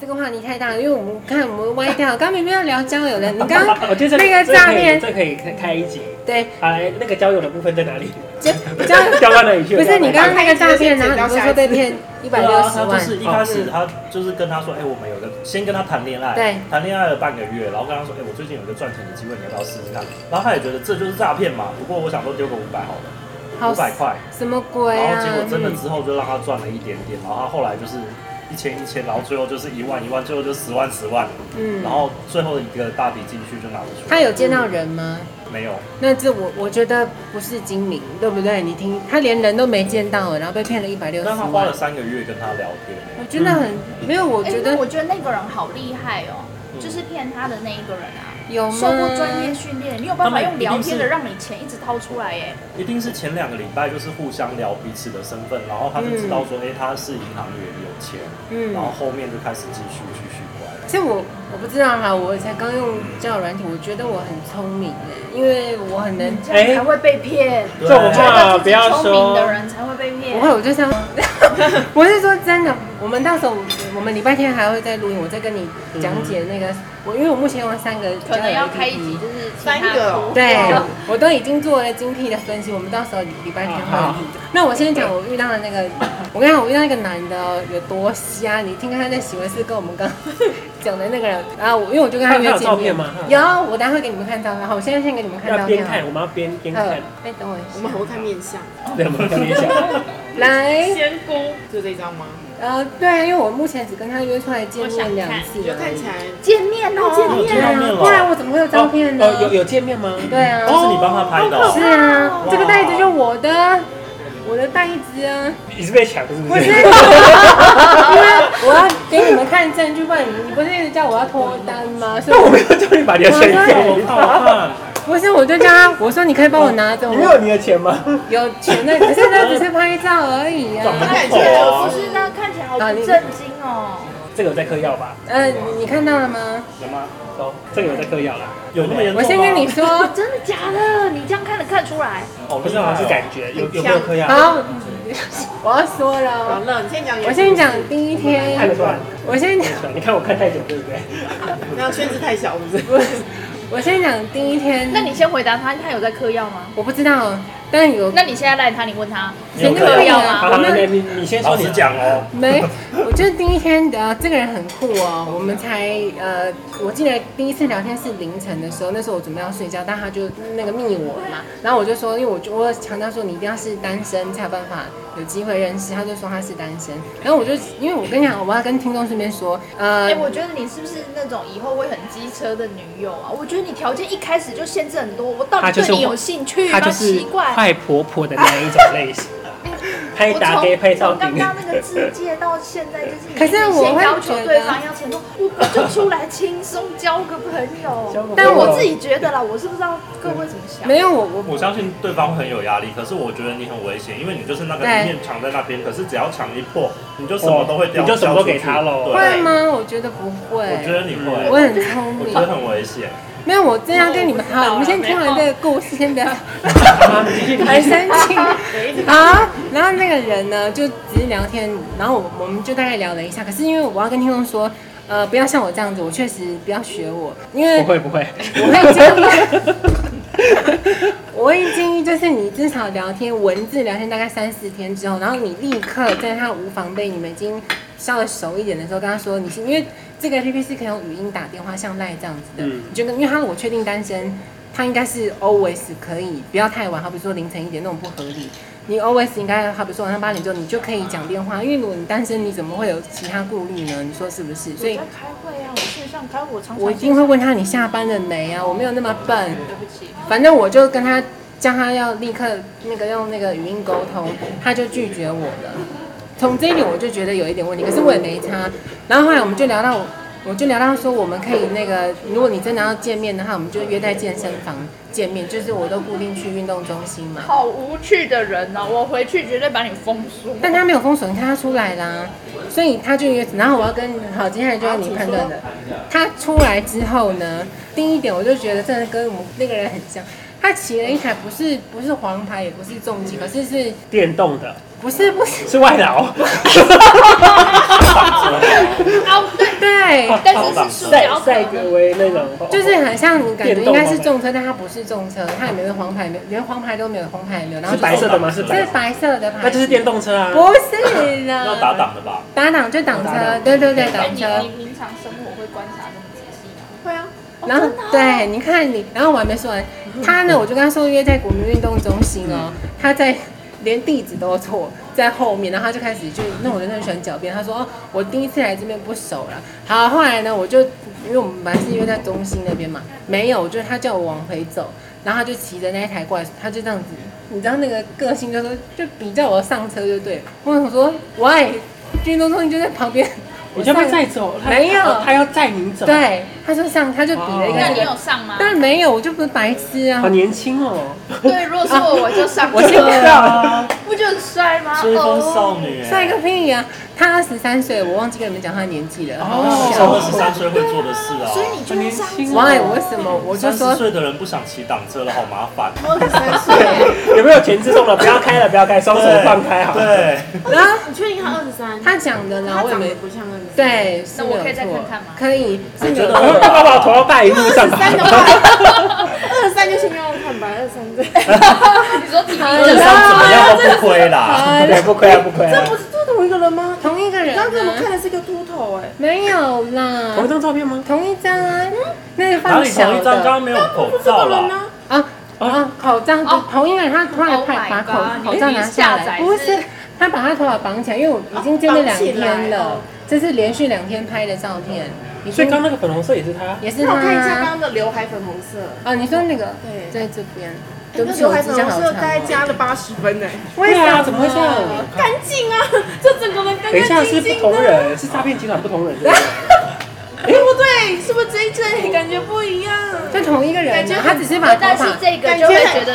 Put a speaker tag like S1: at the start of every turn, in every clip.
S1: 这个话题太大了，因为我们看我们歪掉了，刚刚明明要聊交友的，你刚刚
S2: 我觉得这
S1: 那个诈骗
S2: 这可以这可以开开一集。
S1: 对
S2: 好，来那个交友的部分在哪里？
S1: 交交 友
S2: 交到哪里去
S1: 不
S2: 了？
S1: 是你刚刚那个诈骗，然后你不是说被骗一百六十
S3: 啊他 就
S1: 万，哦
S3: 是一开始他就是跟他说，哎、我们有个先跟他谈恋爱，
S1: 对，
S3: 谈恋爱了半个月，然后跟他说，哎、我最近有一个赚钱的机会，你要不要试试看？然后他也觉得这就是诈骗嘛，不过我想说丢个五百好了，
S1: 好
S3: 五百块，
S1: 什么鬼
S3: 然
S1: 啊
S3: 后结果？真的之后就让他赚了一点点，然后他后来就是一千一千，然后最后就是一万一万，最后就十万十万，
S1: 嗯
S3: 然，后最后一个大笔进去就拿不出来，
S1: 他有见到人吗？
S3: 没有，
S1: 那这我我觉得不是精明，对不对？你听，他连人都没见到了，然后被骗了一百六十
S3: 但他花
S1: 万
S3: 了，嗯三个月跟他聊天、
S1: 我觉得很没有，我
S4: 哎
S1: 觉
S4: 那
S1: 得
S4: 我觉得那个人好厉害哦，
S3: 嗯
S4: 就是骗他的那一个人啊，
S3: 哎
S1: 有吗？
S4: 受过专业训练，你有办法
S3: 他们
S4: 用聊
S3: 一定
S4: 天
S3: 是
S4: 的让你钱一直掏出来耶。
S3: 一定是前两个礼拜就是互相聊彼此的身份，然后他就知道说，哎、他是银行员有钱，
S1: 嗯
S3: 然，后后面就开始继续继续过来。
S1: 这我我不知道哈，我才刚用交友软体，我觉得我很聪明哎，因为我很能，
S3: 哎
S4: 这样才会被骗。
S3: 对啊
S2: 这我
S4: 觉得
S2: 话
S4: 自
S2: 不
S4: 己
S2: 要
S4: 聪明的
S2: 说，
S4: 人才会被
S1: 不
S4: 骗
S1: 会，。我就像， 我是说真的，我们到时候我们礼拜天还会再录音，我再跟你讲解那个，我因为我目前用了三个，
S4: 可能要开一集，。就是其他
S5: 三个哦
S1: 对
S5: 哇，
S1: 我都已经做了精辟的分析，我们到时候礼拜天会录。那我先讲我遇到的那个，我跟你讲，我遇到那个男的哦有多瞎，你听看他在行为是跟我们刚 讲的那个人，然后我因为我就跟他
S2: 他他
S1: 约
S2: 有
S1: 见
S2: 照
S1: 面
S2: 片，吗？
S1: 有，我等下会给你们看照片。好，我现在先给你们看
S2: 要
S1: 照
S2: 边
S1: 片啊。
S2: 看，我们要边边
S1: 呃
S3: 嗯
S2: 看，
S1: 哎，等我一下
S5: 我们。还会看面相，
S2: 对，我们看一下。
S1: 来，
S5: 仙姑就这一张吗？
S1: 呃，对啊，因为我目前只跟他约出来见面两次而已，
S5: 就看起来
S4: 见面哦，
S3: 有
S1: 对
S3: 见到面
S1: 啊，
S3: 了，
S1: 不然我怎么会有 照片呢？
S2: 哦，有有见面吗？
S1: 对啊，
S3: 就是你帮他拍的哦、
S1: 是啊，
S3: 哇
S1: 这个袋子就我的，我的袋子啊，
S2: 你是被抢是不
S1: 不是，
S2: 是
S1: 因？为我要给你们看证据，不然你你不是一直叫我要脱单吗？所以
S2: 那我
S1: 我
S2: 没有叫你把你的钱给
S3: 我怕我
S2: 我，
S3: 怕，
S1: 不是，我就叫他，我说你可以帮我拿走
S2: 你
S1: 吗
S2: 没？有你的钱吗？
S1: 有钱的，可是那只是拍照而已啊。
S5: 他感
S3: 不
S5: 觉
S3: 错
S4: 不
S3: 啊
S4: 是那看起来好不正经哦。
S2: 这个有在嗑药吧？
S1: 呃，你看到了吗？
S3: 有吗？
S2: 哦，这个有在嗑药啦。
S3: 有那么严
S1: 我
S3: 重吗
S1: 先跟你， 说，
S4: 真的假的？你这样看得看出来？
S3: 哦，
S2: 不
S3: 真
S2: 是
S3: 的
S2: 啊，
S3: 还是
S2: 是
S3: 感
S2: 感觉
S3: 有
S2: 有
S3: 有
S2: 有
S3: 没
S2: 没
S3: 有
S2: 有
S3: 嗑药？
S1: 好，我要说
S5: 完
S1: 了。
S5: 了，你先讲。
S1: 我先讲，第一天
S2: 看，得出来。
S1: 我先讲，
S2: 你看我看太久，对不对？
S5: 那圈子太小，是不是？
S1: 我先讲第一天。
S4: 那你先回答他，他有在嗑药吗？
S1: 我不知道，但有
S4: 那你现在赖他，你问他，
S3: 你有
S1: 那
S3: 嗑
S1: 个
S3: 药？
S4: 药
S2: 好
S4: 吗
S2: 好，那你你先说
S3: 老
S2: 你
S3: 实，讲哦，
S1: 没，我觉得第一天的这个人很酷哦。我们才呃，我记得第一次聊天是凌晨的时候，那时候我准备要睡觉，但他就那个密我嘛，然后我就说，因为我就我强调说你一定要是单身才有办法有机会认识，他就说他是单身，然后我就因为我跟你讲，我要跟听众顺便说，呃
S4: 哎、，我觉得你是不是那种以后会很机车的女友啊？我觉得你条件一开始就限制很多，我到
S2: 他
S4: 底
S2: 就是
S4: 对你有兴趣
S2: 她
S4: 吗？
S2: 就是
S4: 奇怪，
S2: 坏婆婆的那一种类型啊，拍
S4: 我
S2: 打给拍照
S4: 从
S2: 顶
S4: 刚。刚那个自介到现在，就是你
S1: 可是我
S4: 先
S1: 会
S4: 要求
S1: 觉
S4: 对
S1: 得
S4: 方要钱多，我不就出来轻松交个朋
S2: 交
S4: 友
S2: 个？
S1: 朋
S4: 但
S1: 友
S4: 我自己觉得啦，我是不知道各位怎么想。
S1: 没有我我
S3: 我相信对方很有压力，可是我觉得你很危险，因为你就是那个
S1: 对
S3: 一面墙在那边，可是只要墙一破，你就什么都会掉，
S2: 你就什么都给他
S3: 了。
S2: 咯
S3: 对，
S1: 会吗？我觉得不会，
S3: 我觉得你会，
S1: 我很聪
S3: 我
S1: 明
S3: 觉，得很危 险。
S1: 没有我这样跟你们好，我们先听完这个故事，先不要。很生气。好，然后那个人呢，就只是聊天，然后我我们就大概聊了一下。可是因为我要跟听众说，呃，不要像我这样子，我确实不要学我，因为
S2: 不会不会，
S1: 我会建议，我会建议就是你至少聊天文字聊天大概三四天之后，然后你立刻在他无防备你们已经稍微熟一点的时候，跟他说你是因为这个 A P P 是可以用语音打电话，像赖这样子的，
S2: 嗯
S1: 你就跟因为他我确定单身，他应该是 always 可以不要太晚，好比说凌晨一点那种不合理。你 always 应该，好比说晚上八点之后，你就可以讲电话，因为如果你单身，你怎么会有其他顾虑呢？你说是不是？所以
S4: 我在开会啊，我线上开会，我常常
S1: 我一定会问他你下班了没啊？我没有那么笨。
S4: 对不起。
S1: 反正我就跟他叫他要立刻那个用那个语音沟通，他就拒绝我了。从这一点我就觉得有一点问题，可是我也没差。然后后来我们就聊到我。我就聊到说，我们可以那个，如果你真的要见面的话，我们就约在健身房见面，就是我都固定去运动中心嘛。
S4: 好无趣的人哦，我回去绝对把你封 锁。
S1: 但他没有封锁，你看他出来啦，所以他就约。然后我要跟好，接下来就要你判断的。他出来之后呢，第一点我就觉得真的跟我们那个人 很像。他骑了一台不是不是黄牌，也不是重机，可是是
S2: 电动的，
S1: 不是不是，
S2: 是外劳，
S4: 哦，对，
S1: 对，
S4: 但是是塑
S2: 赛
S4: 胶壳
S2: 赛
S4: 的
S2: 格威那种，
S1: 就是很像你感觉
S2: 电
S1: 应
S2: 动
S1: 该是
S2: 黄牌
S1: 重车，但它不是重车，它也没有黄牌，没连黄牌都没有，红牌也没有，然后
S2: 是
S1: 就
S2: 白色的吗？是
S1: 这
S2: 白
S1: 是，白色的牌，
S2: 那就是电动车啊。
S1: 不是 啦，
S3: 要打挡的吧？
S1: 打档就挡
S2: 打
S1: 车，
S2: 档
S1: 对对对，
S2: 对
S4: 那
S1: 挡
S4: 哎你
S1: 车。
S4: 你平常生活会观察这么仔细吗？
S5: 会啊，
S4: 哦
S1: 然后
S4: 真的哦
S1: 对，你看你，然后我还没说完，
S2: 嗯
S1: 他呢，我就跟他说约在国民运动中心哦，他在连地址都错，在后面，然后他就开始就那我就很喜欢狡辩，他说、哦、我第一次来这边不熟了，好，后来呢，我就因为我们本来是约在中心那边嘛，没有，就是他叫我往回走，然后他就骑着那一台过来，他就这样子，你知道那个个性就说就比较我上车就对了，我想说喂，运动中心就在旁边，
S2: 我就被
S1: 上
S2: 载走，他
S1: 没有
S2: 他要载你走，，
S1: 对，他就上，他就比了一个
S2: 哦
S4: 那
S1: 那
S4: 你
S1: 个。
S4: 有上吗？
S1: 但没有，我就不是白痴啊
S2: 好！年轻哦，
S4: 对，如果是我，我就上。
S1: 我先
S2: 对 啊，
S4: 不就很帅吗？
S3: 追风
S4: 哦
S3: 少女、 欸，
S1: 帅个屁呀、他二十三岁，我忘记跟你们讲他年纪了。
S2: 哦
S3: 像二十三岁会做的事啊。
S4: 所以你就会上
S2: 很年轻
S1: 哇，为什么？我就
S3: 三
S1: 说
S3: 十岁的人不想骑挡车了，好麻烦。
S5: 我二十三岁，
S2: 有没有全自动的？不要开了，不要开，双手放开好。，
S3: 对，
S1: 然后
S5: 你确定他二十三？
S1: 啊他讲的呢，
S5: 他
S1: 我也
S5: 长
S1: 没
S5: 得不像二十三。
S1: 对，是
S4: 那
S1: 没
S4: 我
S1: 有
S4: 可以再
S1: 错
S4: 看看吗
S1: 可以，是没有
S3: 你觉得
S1: 错。
S2: 爸爸把我头要带一路上
S5: 二十三的话，二十三就先让我看吧，二十三岁。
S4: 你说体
S1: 好
S4: 力
S1: 了
S3: 智商怎么样都不亏 啦。
S1: 好
S2: 对，
S1: 了
S2: 不亏啊，不亏
S5: 这
S2: 啊。
S5: 不是做同一个人吗？
S1: 同一个人、
S5: 刚刚我们看
S1: 啊，
S5: 的是一个秃头，哎，
S1: 没有啦
S2: 同一，张照片吗？
S1: 同一张啊，那个
S3: 哪
S1: 放
S3: 里同
S1: 小
S3: 一张？刚
S1: 的
S3: 刚没有口
S5: 不是
S3: 罩
S5: 同人
S3: 啦。
S5: 呢？
S1: 啊啊，口罩
S4: 哦
S1: 同一个人，他突然
S4: Oh
S1: 快
S4: my
S1: 把
S4: God，
S1: 口口
S4: 你
S1: 罩
S4: 你
S1: 拿
S4: 下
S1: 下来，
S4: 载
S1: 不
S4: 是
S1: 是他把他头发绑起来，因为我已经见面
S5: 哦绑
S1: 两
S5: 起来
S1: 天了
S5: 哦，
S1: 这是连续两天拍的照片，已
S2: 所以
S1: 经
S2: 刚刚那个粉红色也是他，
S1: 也是
S5: 那
S1: 他
S5: 我看一下刚
S1: 啊。
S5: 刚的刘海粉红色，
S1: 哦，你说那个
S5: 对
S1: 在这边，对
S5: 那
S1: 不起，
S5: 刘
S1: 我
S5: 海
S1: 指
S5: 粉
S1: 甲
S5: 红
S1: 好
S5: 色大概
S1: 长哦。
S5: 加了八十分哎，
S2: 对啊，怎么会这样？
S5: 干净啊，这整个人干
S2: 等一下
S5: 干
S2: 是
S5: 净
S2: 不
S5: 净
S2: 同
S5: 的。
S2: 人，是诈骗集团不同人，对不对？
S5: 哎，不对，是不是这一阵感觉不一样？
S1: 就同一个人
S5: 感
S1: 啊
S5: 觉，
S1: 他只是把头
S4: 但是
S1: 发，
S4: 这个就会觉得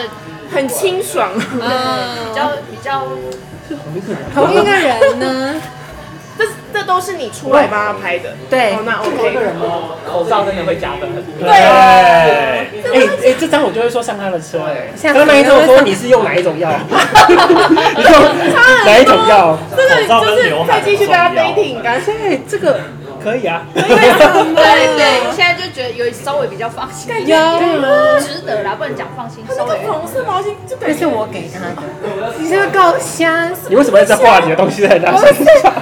S5: 很清爽，
S4: 比
S1: 嗯，
S4: 较比较
S2: 同一个人，
S1: 同一个人呢？
S5: 这这都是你出来帮他拍的，
S1: 对
S5: 哦，那 OK，
S2: 哦，口罩真的会加分。
S3: 对
S2: 哎哎，这张我就会说上他的车。哎
S1: 下
S2: 刚
S1: 次
S2: 刚那一张我
S1: 我
S2: 说
S1: 就
S2: 你是用哪一种药？你用哪一种药？
S5: 这个就是再继续跟他 dating，感觉
S1: 哎
S2: 对，这个可以啊。
S1: 对
S4: 对对，现在就觉得有稍微比较放心，
S1: 有吗？
S4: 值得啦，不能讲放心，
S5: 那
S4: 稍
S5: 个
S4: 微
S5: 粉红色毛巾就感
S1: 这
S5: 觉
S1: 是我给他的，你是不是够香？
S2: 你为什么一直画你的东西在他身上？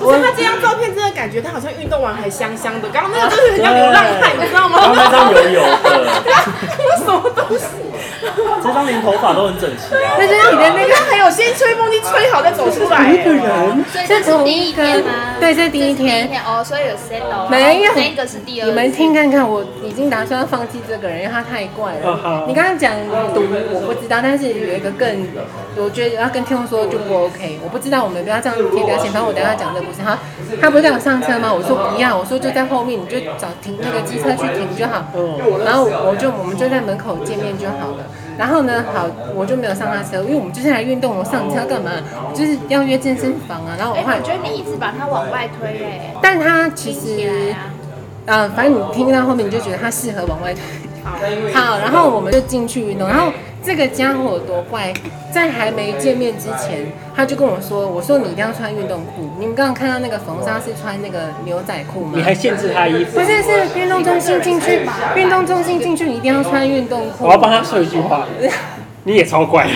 S5: 不是他这张照片真的感觉他好像运动完还香香的，刚刚那个真的很像流浪汉，你知道吗？
S3: 刚刚那张 油油的，
S5: 什么东西？
S3: 这张连头发都很整齐啊。
S1: 但是你的那
S5: 那
S1: 个
S5: 个还有先吹风机吹好再走出来，
S2: 一个人，
S4: 所以
S1: 这
S4: 这
S1: 是
S4: 是
S1: 同
S4: 第
S1: 一
S4: 一
S1: 个
S4: 天吗？，
S1: 对，这是
S4: 这
S1: 第一
S4: 是第一
S1: 天。
S4: 天哦，所以有 set 哦，
S1: 没有
S4: 那个是第二，
S1: 你们听看看，我已经打算放弃这个人，因为他太怪
S2: 嗯
S1: 了
S2: 好。
S1: 你刚刚讲毒，我不知道，但是有一个更，我觉得要跟听众说就不 OK。我不知道，我们不要这样贴标签。反正我等一下讲这个故事。他他不是叫我上车吗？我说不要，我说就在后面，你就找停那个机车去停就好。然后我就我们就在门口见面就好了。然后呢，好，我就没有上他车，因为我们就是来运动，我上车干嘛？就是要约健身房啊。然后我
S4: 哎，
S1: 后来
S4: 我觉得你一直把它往外推哎，
S1: 但他其
S4: 听起来
S1: 实，
S4: 啊，
S1: 呃，反正你听到后面你就觉得他适合往外推。好，然后我们就进去运动。然后这个家伙有多怪，在还没见面之前，他就跟我说：“我说你一定要穿运动裤。你们刚刚看到那个冯莎是穿那个牛仔裤吗？
S2: 你还限制他衣服
S1: 不？是，是运动中心进去，运动中心进去一定要穿运动裤。
S2: 我要帮他说一句 话，你也超怪。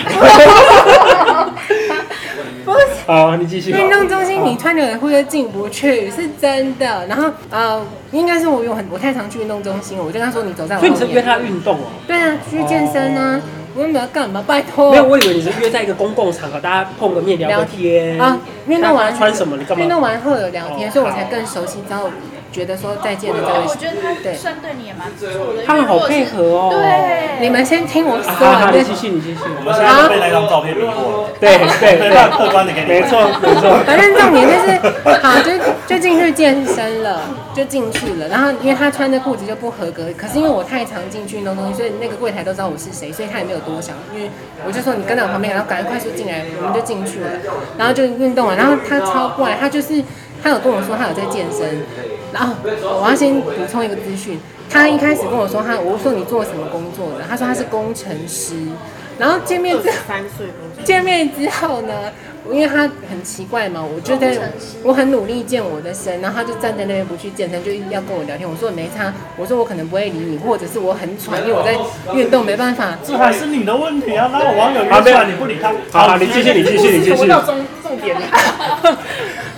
S1: 不是
S2: 好，你继续。
S1: 运动中心，你穿牛仔裤就进不去，是真的。然后呃，应该是我有很我太常去运动中心了，我就跟他说你走在我
S2: 所
S1: 后
S2: 以你是约
S1: 面。
S2: 他运动哦？
S1: 对啊，去健身啊，我又没有干嘛，拜托。
S2: 没有，我以为你是约在一个公共场合，大家碰个面聊个天
S1: 啊，运动完
S2: 穿什么？你干嘛？
S1: 运动完后有聊天，
S2: 哦
S1: 所以我才更熟悉，然后觉得说再见了
S4: 哎
S1: 这
S4: 我
S1: 位。
S4: 觉得他
S1: 对
S4: 算对你也蛮不错的，
S2: 他们
S4: 因为如
S2: 好
S4: 果是
S2: 配合哦
S4: 对，
S1: 你们先听我
S2: 啊
S1: 说
S2: 好好，
S1: 完
S2: 你
S1: 再
S2: 继续，你继续。
S3: 我们现在就被那张照片迷惑了，
S2: 对对
S3: 没办法客
S2: 对，
S3: 观的给你看。
S2: 没错没错。
S1: 反正重点就是， 好就就进去健身了，就进去了。然后因为他穿的裤子就不合格，可是因为我太常进去运动中心，所以那个柜台都知道我是谁，所以他也没有多想。因为我就说你跟在我旁边，然后赶快快速进来，我们就进去了。然后就运动完，然后他超怪，他就是他有跟我说他有在健身，然后我要先补充一个资讯。他一开始跟我说他，我说你做什么工作的？他说他是工程师。然后见面
S5: 二
S1: 之
S5: 十
S1: 后，
S5: 三岁多，
S1: 见面之后呢，因为他很奇怪嘛，我就在
S4: 工程师
S1: 我很努力健我的身，然后他就站在那边不去健身，就一定要跟我聊天。我说我没差，我说我可能不会理你，或者是我很喘，因为我在运动没办 法。
S3: 这还是你的问题啊！那我网友约出来你不理他，
S2: 好好，你继续，你继续，你继
S5: 我
S2: 续。
S5: 到重重点了，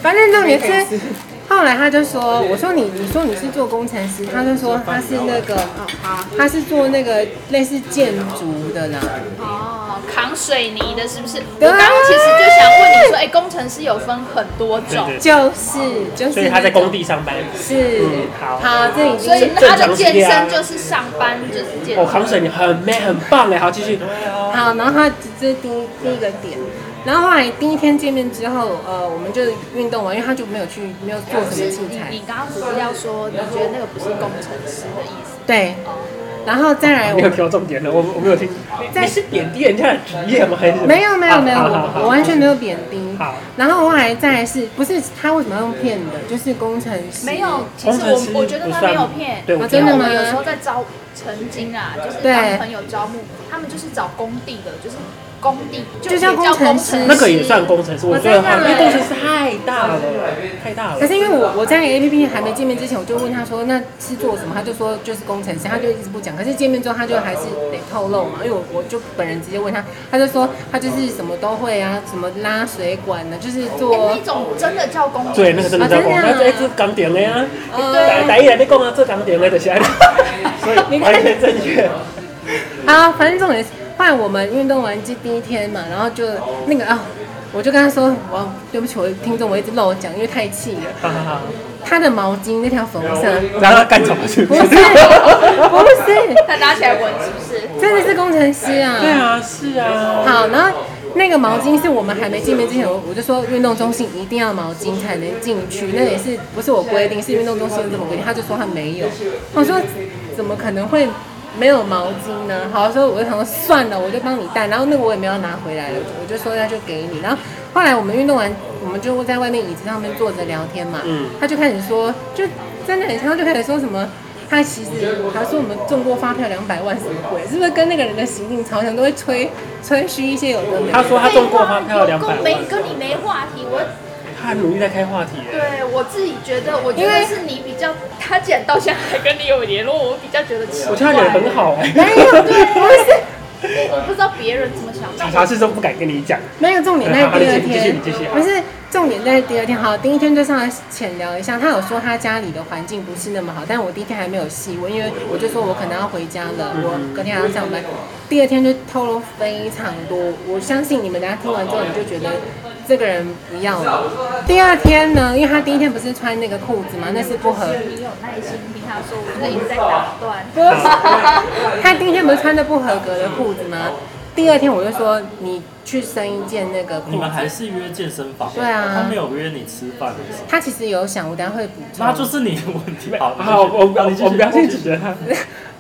S1: 反正重点是，后来他就说，我说你你说你是做工程师，他就说他是那个他是做那个类似建筑的啦。
S4: 哦，扛水泥的是不是？我
S1: 对
S4: 刚刚其实就想问你说，哎，工程师有分很多种，
S2: 对对
S1: 就是就是，
S2: 所以他在工地上班。
S1: 是、
S2: 嗯好
S1: 好，这已
S4: 所
S1: 经
S4: 以
S1: 是
S4: 他的健身就是上班就是健
S2: 我
S4: 身。
S2: 扛水，哦你很 man 很棒哎，好继续。
S1: 好，然后他这是第一第一个点。然后后来第一天见面之后，呃，我们就运动完，因为他就没有去没有做什
S4: 是
S1: 么器
S4: 你
S1: 材，
S4: 你刚刚只是要说，你觉得那个不是工程师的意思？
S1: 对。然后再来我
S2: 没有挑重点了，我我没有听。你你是贬低人家的职业吗？还是
S1: 没有没有没有，
S2: 好好
S1: 我
S2: 好
S1: 我完全没有贬低
S2: 好。
S1: 然后后来再来是不是他为什么要用骗的？就是工程师
S4: 没有，其
S2: 工
S4: 实
S2: 程师
S4: 我我觉得
S2: 不
S4: 他
S2: 算
S4: 没有骗，
S2: 对，
S1: 啊
S2: 我
S1: 真的
S4: 我
S1: 吗
S4: 们有时候在招曾经啊，就是
S1: 对
S4: 当朋友招募，他们就是找工地的，就是工地，
S1: 就像
S4: 也叫
S1: 工程
S4: 工
S1: 师
S4: 程师，
S2: 那个也算工程师，我觉得
S1: 我
S2: 哈，
S1: 知道
S2: 因为工程师太大了，太大
S1: 可
S2: 了。
S1: 是因为我我在 A P P 还没见面之前，我就问他说那是做什么，他就说就是工程师，他就一直不讲。可是见面之后，他就还是得透露嘛，因为我我就本人直接问他，他就说他就是什么都会啊，什么拉水管的，就是做
S4: 哎那种真的叫工程师，
S2: 对，那个真的叫工，
S1: 啊真的啊
S2: 那这是港点的呀。
S1: 呃
S2: 打打一来你讲啊，这港点的就是安尼，所以完全正确。
S1: 啊，反正重点是，后来我们运动完这第一天嘛，然后就那个啊。我就跟他说，哇，对不起，我听众我一直漏讲，因为太气了。
S2: 好好好，
S1: 他的毛巾那条粉红色，
S2: 然后干什么去？
S1: 不是，不是，
S4: 他拿起来闻是不是？
S1: 真的是工程师啊。
S2: 对啊，是啊。
S1: 好，然后那个毛巾是我们还没见面之前，我我就说运动中心一定要毛巾才能进去，那也是不是我规定，是运动中心有这么规定，他就说他没有，我说怎么可能会没有毛巾呢？好，所以我就想说算了，我就帮你带，然后那个我也没有拿回来了，我就说那就给你，然后。后来我们运动完，我们就在外面椅子上面坐着聊天嘛，
S2: 嗯
S1: 他就开始说，就真的很像，他就开始说什么。他其实还说我们中过发票两百万什么鬼，是不是跟那个人的行径超像？都会吹吹嘘一些有的没的
S2: 他说他中过发票两百
S4: 我没
S2: 万，
S4: 跟你没话题，我
S2: 他很努力在开话题耶。
S4: 对我自己觉得，我觉
S1: 因为
S4: 得是你比较，他既然到现在还 跟你有联络，我比较觉得奇怪。
S2: 我觉得他人很好哎。
S1: 没有，对，不 是
S4: 我不知道别人怎么想，
S2: 警察是都不敢跟你讲。
S1: 没有重点在第二天
S2: 好你继续你继续，
S1: 不是重点在第二天。好，第一天就上来浅聊一下，他有说他家里的环境不是那么好，但我第一天还没有细问，因为我就说我可能要回家了，我隔天还要上班。第二天就透露非常多，我相信你们大家听完之后你就觉得这个人不要了。第二天呢，因为他第一天不是穿那个裤子嘛，那是不合
S4: 你有耐心听他说，我就一直在打断。
S1: 不是， 他第一天不是穿的不合格的裤子吗？第二天我就说你去生一件那个
S3: 你
S1: 裤
S3: 们还
S1: 子。
S3: 是约健身房？
S1: 对啊
S3: 他没有约你吃饭，
S1: 他其实有想，我等一下会补充。
S3: 那就是你的问题。好，
S2: 好，我我
S3: 你继续
S2: 我不要去指责他。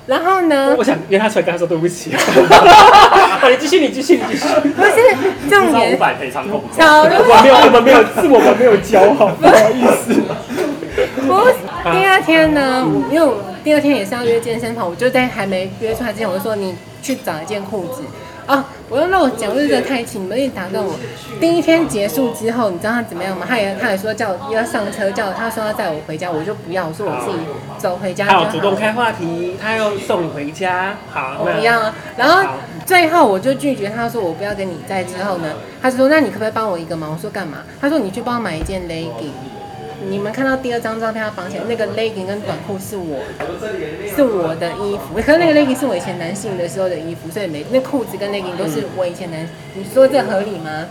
S1: 然后呢
S2: 我？想约他出来跟他说对不起。好，你继续，你继续，你继续。
S1: 不是重
S3: 至少五
S1: 点，
S3: 百赔偿控制。
S1: 找
S2: 我们没有，我们没有，是我们没有教好，不好意思。
S1: 不是第二天呢，
S2: 嗯
S1: 我因为我第二天也是要约健身房，我就在还没约出来之前，我就说你去找一件裤子。哦，我又漏讲，我就觉得太勤，你们一直打断我。第一天结束之后，你知道他怎么样吗？他也他也说叫我要上车，叫我他说要载我回家，我就不要，我说我自己走回家就
S2: 他
S1: 好。
S2: 有主动开话题，他又送你回家。好，
S1: 我
S2: 那
S1: 不要啊。然后
S2: 好
S1: 最后我就拒绝他说我不要跟你在。之后呢，他就说那你可不可以帮我一个忙？我说干嘛？他说你去帮我买一件 legging。你们看到第二张照片，他绑起来那个 legging 跟短裤是我是我的衣服， 可是那个 legging 是我以前男性的时候的衣服，所以没那裤子跟 legging 都是我以前男。你说这合理吗？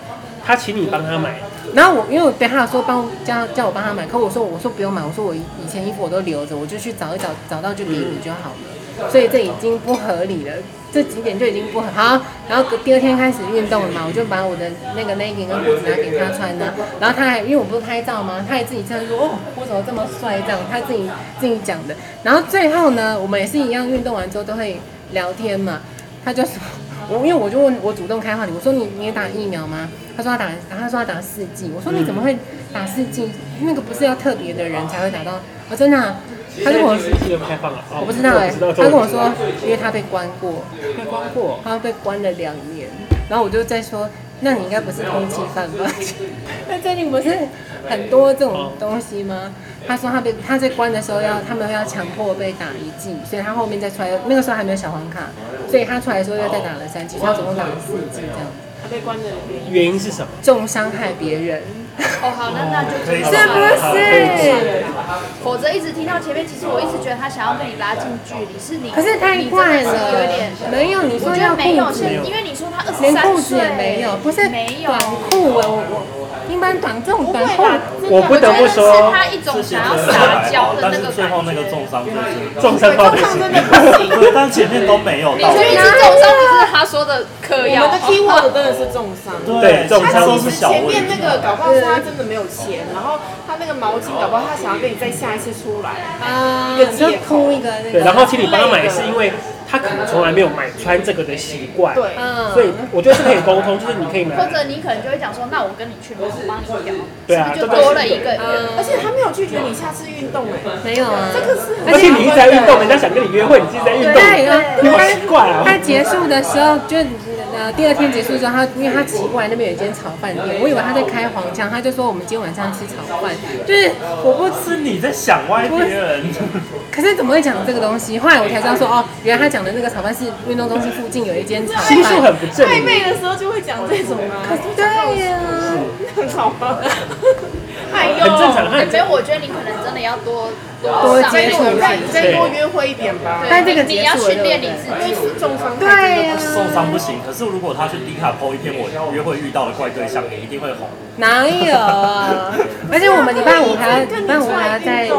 S2: 他请你帮他买，
S1: 然后我因为我对他有说帮叫叫我帮他买，可我说我说不用买，我说我以以前衣服我都留着，我就去找一找，找到就给你就好了。所以这已经不合理了，这几点就已经不合好。然后第二天开始运动了嘛，我就把我的那个 legging 跟裤子拿给他穿呢。然后他还因为我不是拍照吗？他还自己这样说哦，我怎么这么帅这样，他自己自己讲的。然后最后呢，我们也是一样，运动完之后都会聊天嘛。他就说，我因为我就问我主动开话题，我说你你也打疫苗吗？他说他打，他说他打四剂。我说你怎么会打四剂？那个不是要特别的人才会打到？我、真的啊、
S2: 其实
S1: 他
S2: 现
S1: 如
S2: 在
S1: 果
S2: 禁止性开放了，哦
S1: 我不知道哎、
S2: 我不知道
S1: 他跟我说，因为他被关过，
S2: 开光过，
S1: 他被关了两年，然后我就在说，那你应该不是通缉犯吧？那最近不是很多这种东西吗？他说他被他在关的时候要他们要强迫被打一剂，所以他后面再出来，那个时候还没有小黄卡，所以他出来的时候又再打了三剂，所以他总共打了四剂这样，
S5: 他被关的原因。
S2: 原因是什么？
S1: 重伤害别人，
S4: 哦，好，那那就
S3: 可以
S4: 这
S3: 是不
S4: 样
S3: 是
S4: 否则一直听到前面，其实我一直觉得他想要跟你拉近距离，是你，
S1: 可是太怪
S4: 你真的是有
S1: 了
S4: 点，。
S1: 没有你
S4: 我
S1: 说
S4: 觉
S1: 要
S4: 得没有，
S1: 裤子
S4: 是。因为你说他二十
S1: 啊连
S4: 三
S1: 裤子
S4: 岁，
S1: 也没有，不是
S4: 没有
S1: 短，裤啊，我我一般短这种
S5: 不
S1: 短
S5: 会
S1: 裤，
S5: 吧？
S2: 我不得不
S4: 我觉得
S2: 说
S4: 是，他一种想要
S3: 是
S4: 撒娇的
S3: 但
S4: 那
S3: 是
S4: 个
S3: 最后那
S4: 感
S3: 个
S4: 觉。
S3: 重伤就是
S2: 撞上到
S5: 通
S2: 的
S5: 常
S2: 是
S5: 真的不行。
S3: 对，但前面都没有
S4: 你
S3: 到。
S4: 就一直重伤，不是他说的嗑
S5: 我
S4: 药
S5: 们的。keyword 真哦的是重伤。
S2: 对啊重
S3: 他
S2: 伤
S3: 说
S5: 他
S3: 是
S5: 其实
S3: 小问
S5: 前
S3: 题
S5: 面
S2: 啊
S5: 那个搞不好是他真的没有钱，然后他那个毛巾搞不好他想要跟你再下一次出来，
S1: 啊，
S5: 一个借
S1: 就
S5: 口
S1: 铺一个那个，
S2: 对，然后请你帮他买，是因为他可能从来没有买穿这个的习惯，
S5: 对，
S1: 嗯，
S2: 所以我觉得是可以沟通，就是你可以
S4: 或
S2: 买，
S4: 者你可能就会讲说，那我跟你去买，我帮你调，
S2: 对啊，
S4: 就
S2: 这都
S4: 多
S2: 是
S4: 了一个人。
S1: 嗯
S5: 而且他没有拒绝你下次运动哎、
S1: 没有啊，
S5: 这个是
S2: 而且你一直在运动，人家想跟你约会，你自己在运动，
S1: 对啊，
S2: 你好奇怪啊！
S1: 他结束的时候，就呃第二天结束之后，他因为他奇怪那边有一间炒饭店，我以为他在开黄腔，他就说我们今天晚上吃炒饭，就是我不吃，
S3: 是你在想歪别人，
S1: 可是怎么会讲这个东西？后来我才知道说哦，原来他讲的那个炒饭是运动中心附近有一间炒饭，
S2: 心术很不正，
S5: 暧昧的时候就会讲这种啊，
S1: 对呀、
S5: 很好吗？ 哎
S2: 很正
S5: 呦，
S2: 常，他很
S4: 没
S2: 正
S4: 有，我觉得你可能真的要多
S1: 多
S4: 上
S1: 接触
S4: 路
S1: 一下
S5: 再再多约会一点吧
S4: 对，
S1: 但这个
S4: 你
S1: 结
S4: 你要
S1: 束了
S4: 训练你
S1: 对不
S4: 自
S5: 因为
S4: 己。
S5: 是重伤害
S1: 对
S5: 真
S1: 呀、
S5: 的不行。
S3: 受伤不行。可是如果他去迪卡 PO 一篇我约会遇到的怪对象，你一定会红。
S1: 哪有啊？而且我们礼拜五还要，礼拜五还要再运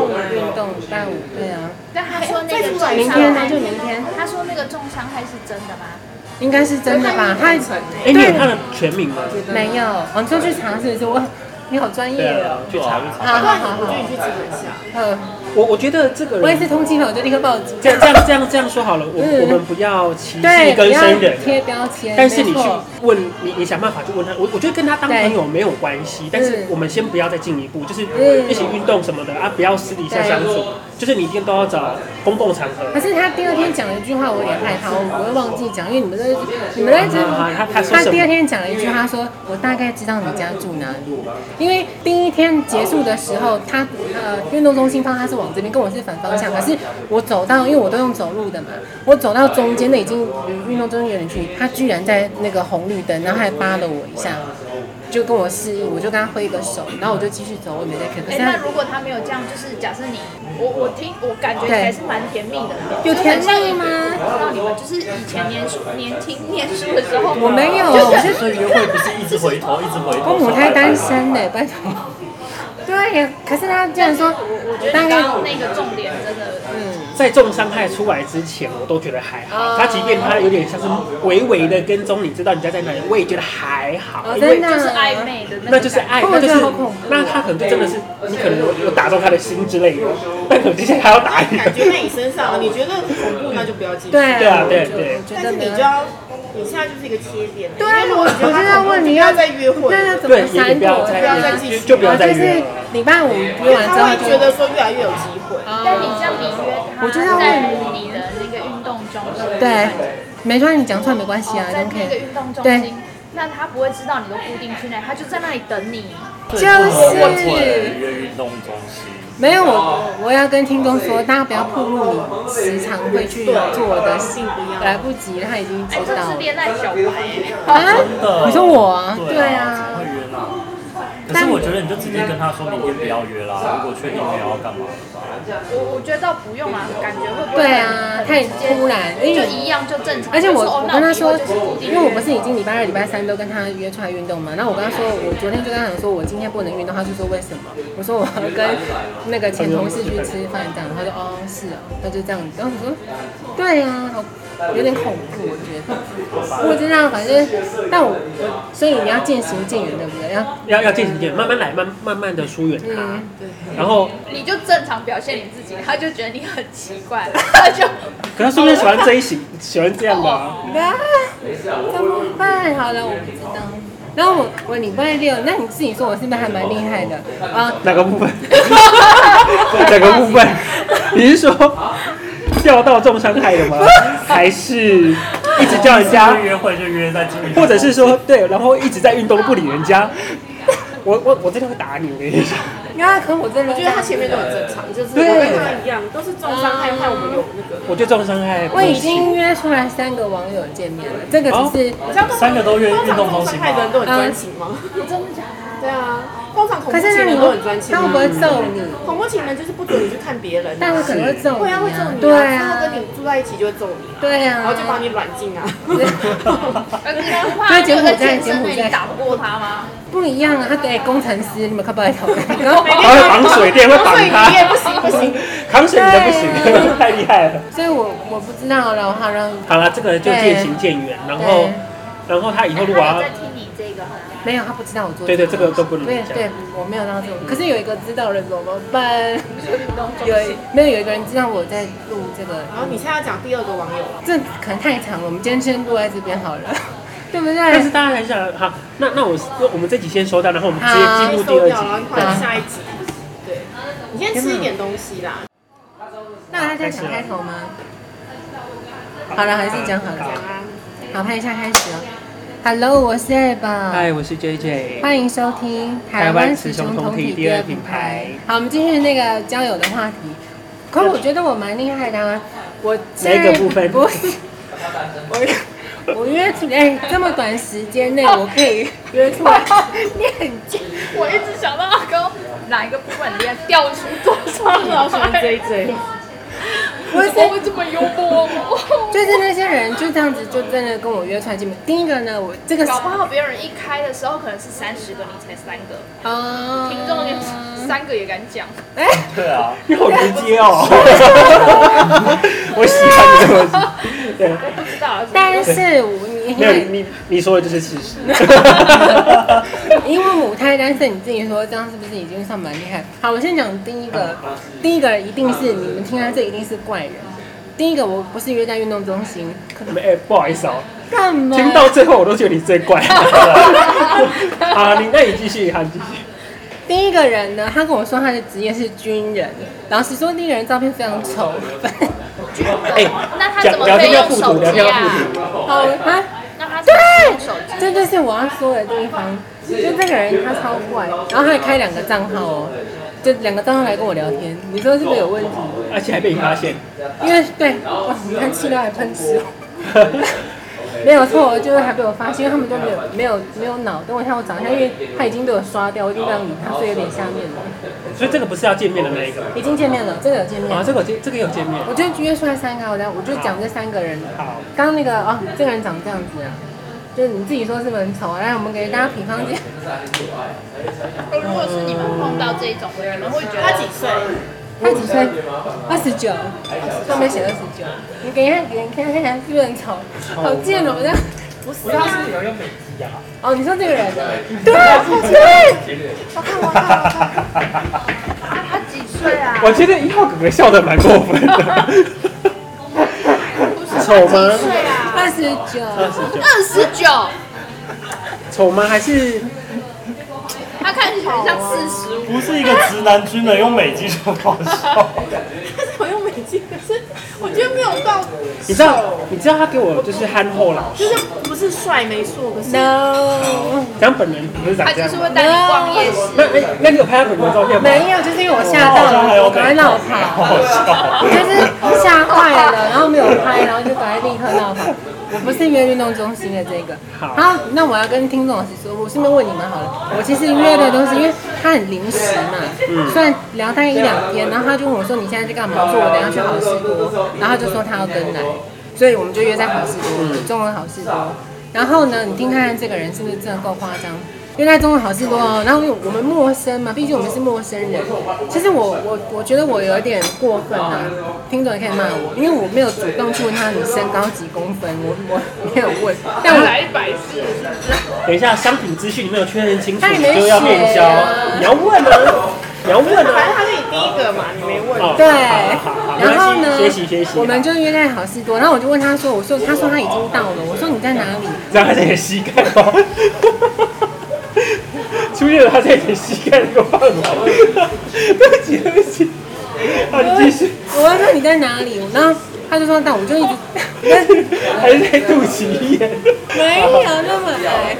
S1: 动，礼拜五对啊，
S4: 但他说那个重
S1: 明
S4: 伤
S1: 天呢
S4: 害
S1: 就，明天，
S4: 他说那个重伤害是真的吗？
S1: 应该是真的吧？他
S2: 哎，你有他的全名吗？
S1: 没有，我们就去尝试一次。我你好专业哦。
S2: 啊去查一
S1: 好
S2: 查。
S1: 好
S5: 我
S1: 好
S5: 觉得
S1: 好
S5: 你，去基本下，
S1: 嗯，
S2: 我我觉得这个
S1: 我也
S2: 人
S1: 是通缉犯，我就立刻报警。
S2: 这样这样这样这样说好了，我
S1: 嗯
S2: 我们不要歧
S1: 对，
S2: 视
S1: 不
S2: 跟
S1: 要
S2: 生人。
S1: 贴标签。
S2: 但是你
S1: 没
S2: 去
S1: 错
S2: 问你，你想办法去问他。我我觉得跟他当朋友没有关系，但是我们先不要再进一步，就是
S1: 嗯
S2: 一起运动什么的啊，不要私底下相处。就是你一定都要找公共场合
S1: 可。是他第二天讲了一句话，我有点害怕，我不会忘记讲，因为你们都你们在这
S2: 啊他他说
S1: 他
S2: 什么
S1: 第二天讲了一句，他说我大概知道你家住哪里，因为第一天结束的时候，他呃运动中心方他是往这边，跟我是反方向，可是我走到，因为我都用走路的嘛，我走到中间，那已经离运动中心有点距离，他居然在那个红绿灯，然后还扒了我一下。就跟我示意，我就跟他挥个手，然后我就继续走，我也没在看。可
S4: 哎，
S1: 是啊他
S4: 那如果他没有这样，就是假设你，我我听我感觉你还是蛮甜蜜的，
S1: 有甜
S4: 就是很像
S1: 蜜吗
S4: 你知道你们就是以前年书年轻念书的时候，
S1: 我没有，
S4: 就是
S1: 我是
S3: 所以约会不是一直回头，一直回头。
S1: 我母胎单身呢、拜托。 对呀，可是他居然说，我
S4: 觉得
S1: 大
S4: 你刚
S1: 概
S4: 刚那个重点真的，
S1: 嗯
S2: 在重伤害出来之前，我都觉得还好。他即便他有点像是微微的跟踪，你知道你家在哪里，我也觉得还好，
S1: 哦
S2: 因
S1: 真
S2: 为
S1: 的
S4: 就是暧昧的那个感觉，
S2: 那就是爱，
S1: 哦
S2: 那就是
S1: 我觉得好恐怖
S2: 那他可能就真的是你可能有有打中他的心之类的，但可能接下来他要打你。
S5: 感觉在你身上了， 你觉得很恐怖那就不要继续。
S1: 对
S2: 对啊对对
S1: 我觉
S5: 但
S1: 得没
S5: 是你
S1: 有
S5: 就要，你现在就是一个切点。
S1: 对
S5: 因为如果你
S1: 我
S5: 觉得
S1: 就
S5: 他
S1: 在
S5: 恐怖
S1: 问你
S5: 不
S1: 要
S5: 要再约会
S1: 对
S5: 了，
S1: 啊，怎
S2: 对
S1: 么，
S2: 也也
S1: 闪
S2: 不
S1: 躲
S2: 要
S1: 啊？
S2: 再
S5: 不要再继
S2: 就
S5: 续
S2: 就不要再
S1: 就是
S2: 约了。
S1: 礼拜五约完之
S5: 他
S1: 后啊
S5: 会
S1: 就
S5: 觉得说越来越有机会。
S4: 但你这样你约他
S1: 我觉得我
S4: 在你的那个运动中心，
S1: 对，没关系，你讲出来没关系啊
S4: 哦，在
S1: 都
S4: 那
S1: 可
S4: 个
S1: 以。
S4: 运动中
S1: 对
S4: 心，那他不会知道你都固定去那里，他就在那里等你。
S1: 就是
S3: 约运动中心。
S1: 没有我，我要跟听众说，大家不要暴露你时常会去做的事，来不及，他已经知
S4: 哎，这
S1: 道
S4: 是
S1: 了
S4: 恋爱小白，
S1: 啊
S3: 真的？
S1: 你说我啊？
S3: 对
S1: 对
S3: 啊，
S1: 啊
S3: 怎么会，约呢？可是我觉得你就直接跟他说明天不要约啦，如果确定没有要干嘛，
S4: 我我觉得倒不用啊，感觉会不会
S1: 对啊，太突然，因
S4: 就
S1: 为
S4: 一样就正常？
S1: 而且我
S4: 就哦
S1: 我
S4: 那
S1: 跟他
S4: 以后
S1: 说
S4: 就是固，定
S1: 因为我不是已经礼拜二、礼拜三都跟他约出来运动嘛，然后我跟他说，我昨天就跟他讲说，我今天不能运动，他就说为什么？我说我要跟那个前同事去吃饭这样，他说哦是啊，他就这样，然后我说对啊，好有点恐怖，我觉得，我就这样，反正但我我所以你要渐行渐远，对不对？要
S2: 要要进行一点，慢慢来，慢慢慢的疏远他，
S1: 嗯，
S2: 然后
S4: 你就正常表现你自己，他就觉得你很奇 怪，他就
S2: 可他说不定喜
S1: 哦
S2: 欢这一型，喜欢这样的啊、
S1: 啊，怎么办？好了，我不知道。然后我我礼拜六，那你自己说我是不是还蛮厉害的啊？
S2: 哪个部分？哪个部分？ 你是说钓到重伤害 的吗？还是一直叫人家，
S3: 约会就约在金鱼，
S2: 或者是说对，然后一直在运动不理人家？我我我真的会打你，我跟你说。
S1: 那可我真的
S5: 我觉得他前面都很正常，就是我
S2: 对
S5: 跟他一样，都是重伤害害我们有那个。
S2: 我对重伤害不
S1: 我已
S2: 能行
S1: 经约出来三个网友见面了，这个只是，
S5: 你知道通常
S3: 三个都愿意运动中
S5: 通常重
S3: 心
S5: 伤
S3: 吗
S5: 害的人都很专情吗？
S4: 真的假的？
S5: 对啊，通常恐怖
S1: 可是
S5: 情
S1: 那你
S5: 人都很专情
S1: 他会不
S5: 啊。
S1: 会揍你？
S5: 恐怖情人就是不准你去看别人啊，
S1: 但是可能会揍你、
S5: 会啊会揍你啊，
S1: 对
S5: 之后
S1: 啊，
S5: 跟你住在一起就会揍你啊，
S1: 对啊，
S5: 然后就把你软禁啊。
S4: 而且呃你不怕
S1: 那
S4: 如
S1: 柬
S4: 果
S1: 埔
S4: 在
S1: 寨
S4: 健身
S1: 柬埔
S4: 那
S1: 寨
S4: 里打不过他吗？
S1: 不一样啊，他得工程师，你们可不可以讨论？然后
S2: 还会绑水电，会绑
S5: 所以你也
S2: 他，
S5: 不行不行，
S2: 扛水你都不
S1: 对
S2: 行，太厉害了。
S1: 所以我我不知道了，我好像
S2: 好了，这个就渐行渐远，然后
S1: 对，
S2: 然后他以后
S4: 他
S2: 如果
S4: 有
S2: 要
S4: 在听你这个，
S1: 没有，他不知道我做
S2: 对对，这个都
S1: 都
S2: 不能
S1: 对
S2: 讲。
S1: 对，我没有到这种，可是有一个知道了怎么办？
S4: 运动中
S1: 有
S4: 心。
S1: 没有有一个人知道我在录这个？
S5: 然后你现在要讲第二个网友，
S1: 这可能太长了，我们今天先录在这边好了， 对不
S2: 但
S1: 对？
S2: 是大家很想好，那那我我们这集先收到，然后我们直
S1: 好
S2: 接进入
S5: 先
S2: 第
S5: 收
S2: 二
S5: 掉，然后
S2: 集。
S5: 换下一集。对，啊你先吃一点东西啦。
S1: 那大家想开头吗？好了，还是讲好了，
S5: 讲啊，
S1: 好拍一下开始哦。Hello，我是 A 吧。
S2: 嗨，我是 JJ。
S1: 欢迎收听好，我们继续那个交友的话题。可是我觉得我蛮厉害的啊！我现在
S2: 哪一个部分
S1: 不是我，我约出哎、这么短时间 内我可以约出来，你很贱。
S4: 我一直想到阿公哪一个部分里面掉出多 少
S5: 我好喜欢
S4: 来，
S5: J J，
S1: 不是，
S4: 我会这么幽默吗？
S1: 就是那些人就这样子就真的跟我约出来见面。第一个呢，我这个是
S4: 搞不好别人一开的时候可能是三十个，你才三个，
S1: 啊
S4: 听众有三个也敢讲，
S1: 哎、
S3: 对啊，
S2: 你好直接哦！我喜欢你这么对，
S4: 我不知道。啊
S1: 但是我你
S2: 没有你你你说的就是事实。
S1: 因为母胎单身，你自己说这样是不是已经算蛮厉害？好，我先讲第一个，第一个一定是你们听到这一定是怪人。第一个我不是约在运动中心，
S2: 哎，不好意思哦，
S1: 干嘛？
S2: 听到最后我都觉得你最 怪。好，你那你继续，好，你继续。
S1: 第一个人呢，他跟我说他的职业是军人，老实说，那个人照片非常丑。
S2: 哎，
S4: 那他
S2: 讲
S4: 怎么
S2: 聊
S4: 可
S2: 天
S4: 以
S2: 要
S4: 用
S2: 附图，
S4: 手
S2: 聊
S4: 机
S2: 天要
S4: 啊？
S2: 附图。
S1: 好，他
S4: 那他怎么用手机？
S1: 这就是我要说的地方，就这个人他超怪，然后他还开两个账号哦，就两个账号来跟我聊天，你说是不是有问题？
S2: 而且还被你发现。
S1: 因为对，哇，你看气到还喷屎， 没有错，就是还被我发现，因为他们都没有没有没有脑。等我一下，我找一下，因为他已经被我刷掉，我一定不想理他，所以有点下面了。
S2: 所以这个不是要见面的那一个
S1: 已经见面了，这个有见面
S2: 啊，。这个这这个有见面。
S1: 我就约出来三个，我等下我就讲这三个人。
S2: 好，
S1: 刚刚那个哦，这个人长这样子啊，就是你自己说是不是很丑啊？来，我们给大家比方一下，
S4: 如果是你们碰到这种的，你们会觉
S5: 他几
S4: 得
S5: 岁？
S1: 他几岁？二十九，上面写二十九。你给他给你看看看，是不是很丑？好贱哦！我这样
S5: 不是啊，
S3: 你们用美肌啊？
S1: 哦，你说这个人啊？对对。
S5: 我看我看我看，
S4: 啊他几岁啊？
S2: 我觉得一号哥哥笑得蛮过分的。 丑吗？
S4: 对啊，
S1: 二十九，
S2: 二十九，
S4: 二十九，
S2: 丑吗？还是
S4: 他看起来很像四十五。
S3: 不是一个直男军人用美肌就好笑，
S5: 但是我用美肌，可是我觉得没有到，
S2: 你知道？你知道他给我就是憨厚老实，
S5: 就是不是帅没错，可是
S1: no，
S2: 讲本人不是长
S4: 他
S2: 这
S4: 就
S2: 样
S4: 是
S2: 吗。
S4: 会带你逛夜市，
S2: 那那那你有拍他本人照片吗？
S1: 没有，就是因为我吓
S3: 好
S1: 到
S3: 像还
S1: 了，
S3: 有
S1: 我
S3: 美
S1: 赶快闹
S3: 肌，好
S1: 跑，
S3: 好笑
S1: 我。就是吓坏了，然后没有拍，然后就赶快立刻闹跑。我不是约运动中心的这个，
S2: 好
S1: 然后那我要跟听众老师说，我顺便问你们好了，我其实约的都是因为他很临时嘛，
S3: 嗯
S1: 虽然聊大概一两天，然后他就问我说你现在在干嘛？我说我等一下去好事多，然后他就说他要跟来，所以我们就约在好事
S3: 嗯
S1: 多，中文好事多。然后呢，你听看看这个人是不是真的够夸张？因为在中文好事多哦，然后因为我们陌生嘛，毕竟我们是陌生人。其实我我我觉得我有点过分啊，听众也可以骂我，因为我没有主动去问他你身高几公分，我我没有问，但我
S4: 一百四，
S2: 等一下，商品资讯你没有确认清楚，
S1: 他也
S2: 你
S1: 没
S2: 就要
S1: 写
S2: 面交
S1: 啊。
S2: 你要问啊，你要问
S5: 反正
S2: 啊。
S5: 他是你第一个嘛，你没问。
S2: 哦
S1: 对
S2: 好好好，没
S1: 然后
S2: 关系
S1: 呢，
S2: 学习学习。
S1: 我们就约在好事多，然后我就问他说，我说他说他已经到了，我说你在哪里？
S2: 让他这个膝盖哦。出现了他在你膝盖那个范围。对不起，对不起。好，你继续，
S1: 我问说你在哪里，然后他就说，但我就一直
S2: 还是在肚脐眼。
S1: 没有那么矮。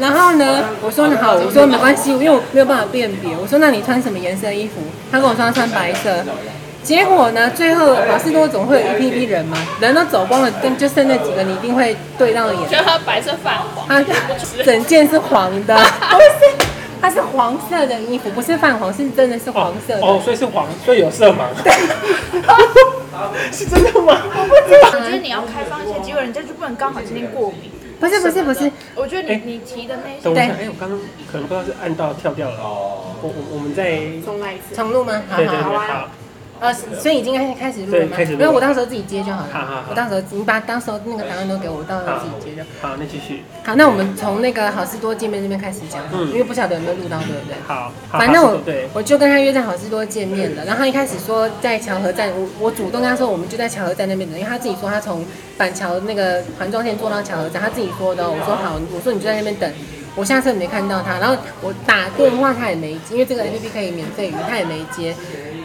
S1: 然后呢，我说好，我说没关系，因为我没有办法辨别。我说那你穿什么颜色的衣服？他跟我说他穿白色。结果呢，最后马士多总会有一批批人嘛，人都走光了，跟就剩那几个，你一定会对到眼。
S6: 觉得他白色泛黄，
S1: 它整件是黄的， 不是，它是黄色的衣服，不是泛黄，是真的是黄色的。
S2: 哦，所以是黄，所以有色盲。是真的吗？
S4: 我觉得你要开放一些机会，人家就不能刚好今天过敏。
S1: 不是不是不是，
S4: 我觉得
S2: 哎
S4: 你你提的那
S2: 等
S4: 些，
S2: 我一下，
S1: 对
S2: 哎，我刚刚可能不知道是按到跳掉了。哦。我我我们在对
S5: 重来一次。
S1: 重录吗？好
S2: 对对，
S1: 好好。
S2: 好。
S1: 呃，所以已经开始开始录了
S2: 对
S1: 吗？
S2: 开始录
S1: 因为我到时候自己接就好了。
S2: 好好好
S1: 我到时候你把当时候那个档案都给我，我到时候自己接就好。
S2: 好，那继续。
S1: 好，那我们从那个好事多见面那边开始讲，
S2: 嗯
S1: 因为不晓得有没有录到，对不对？
S2: 好，好
S1: 反正
S2: 好
S1: 我
S2: 对，
S1: 我就跟他约在好事多见面了。然后他一开始说在桥河站，我我主动跟他说我们就在桥河站那边等，因为他自己说他从板桥那个环状线坐到桥河站，他自己说的哦。我说好，我说你就在那边等。我下车没看到他，然后我打电话他也没接，因为这个 A P P 可以免费语，他也没接。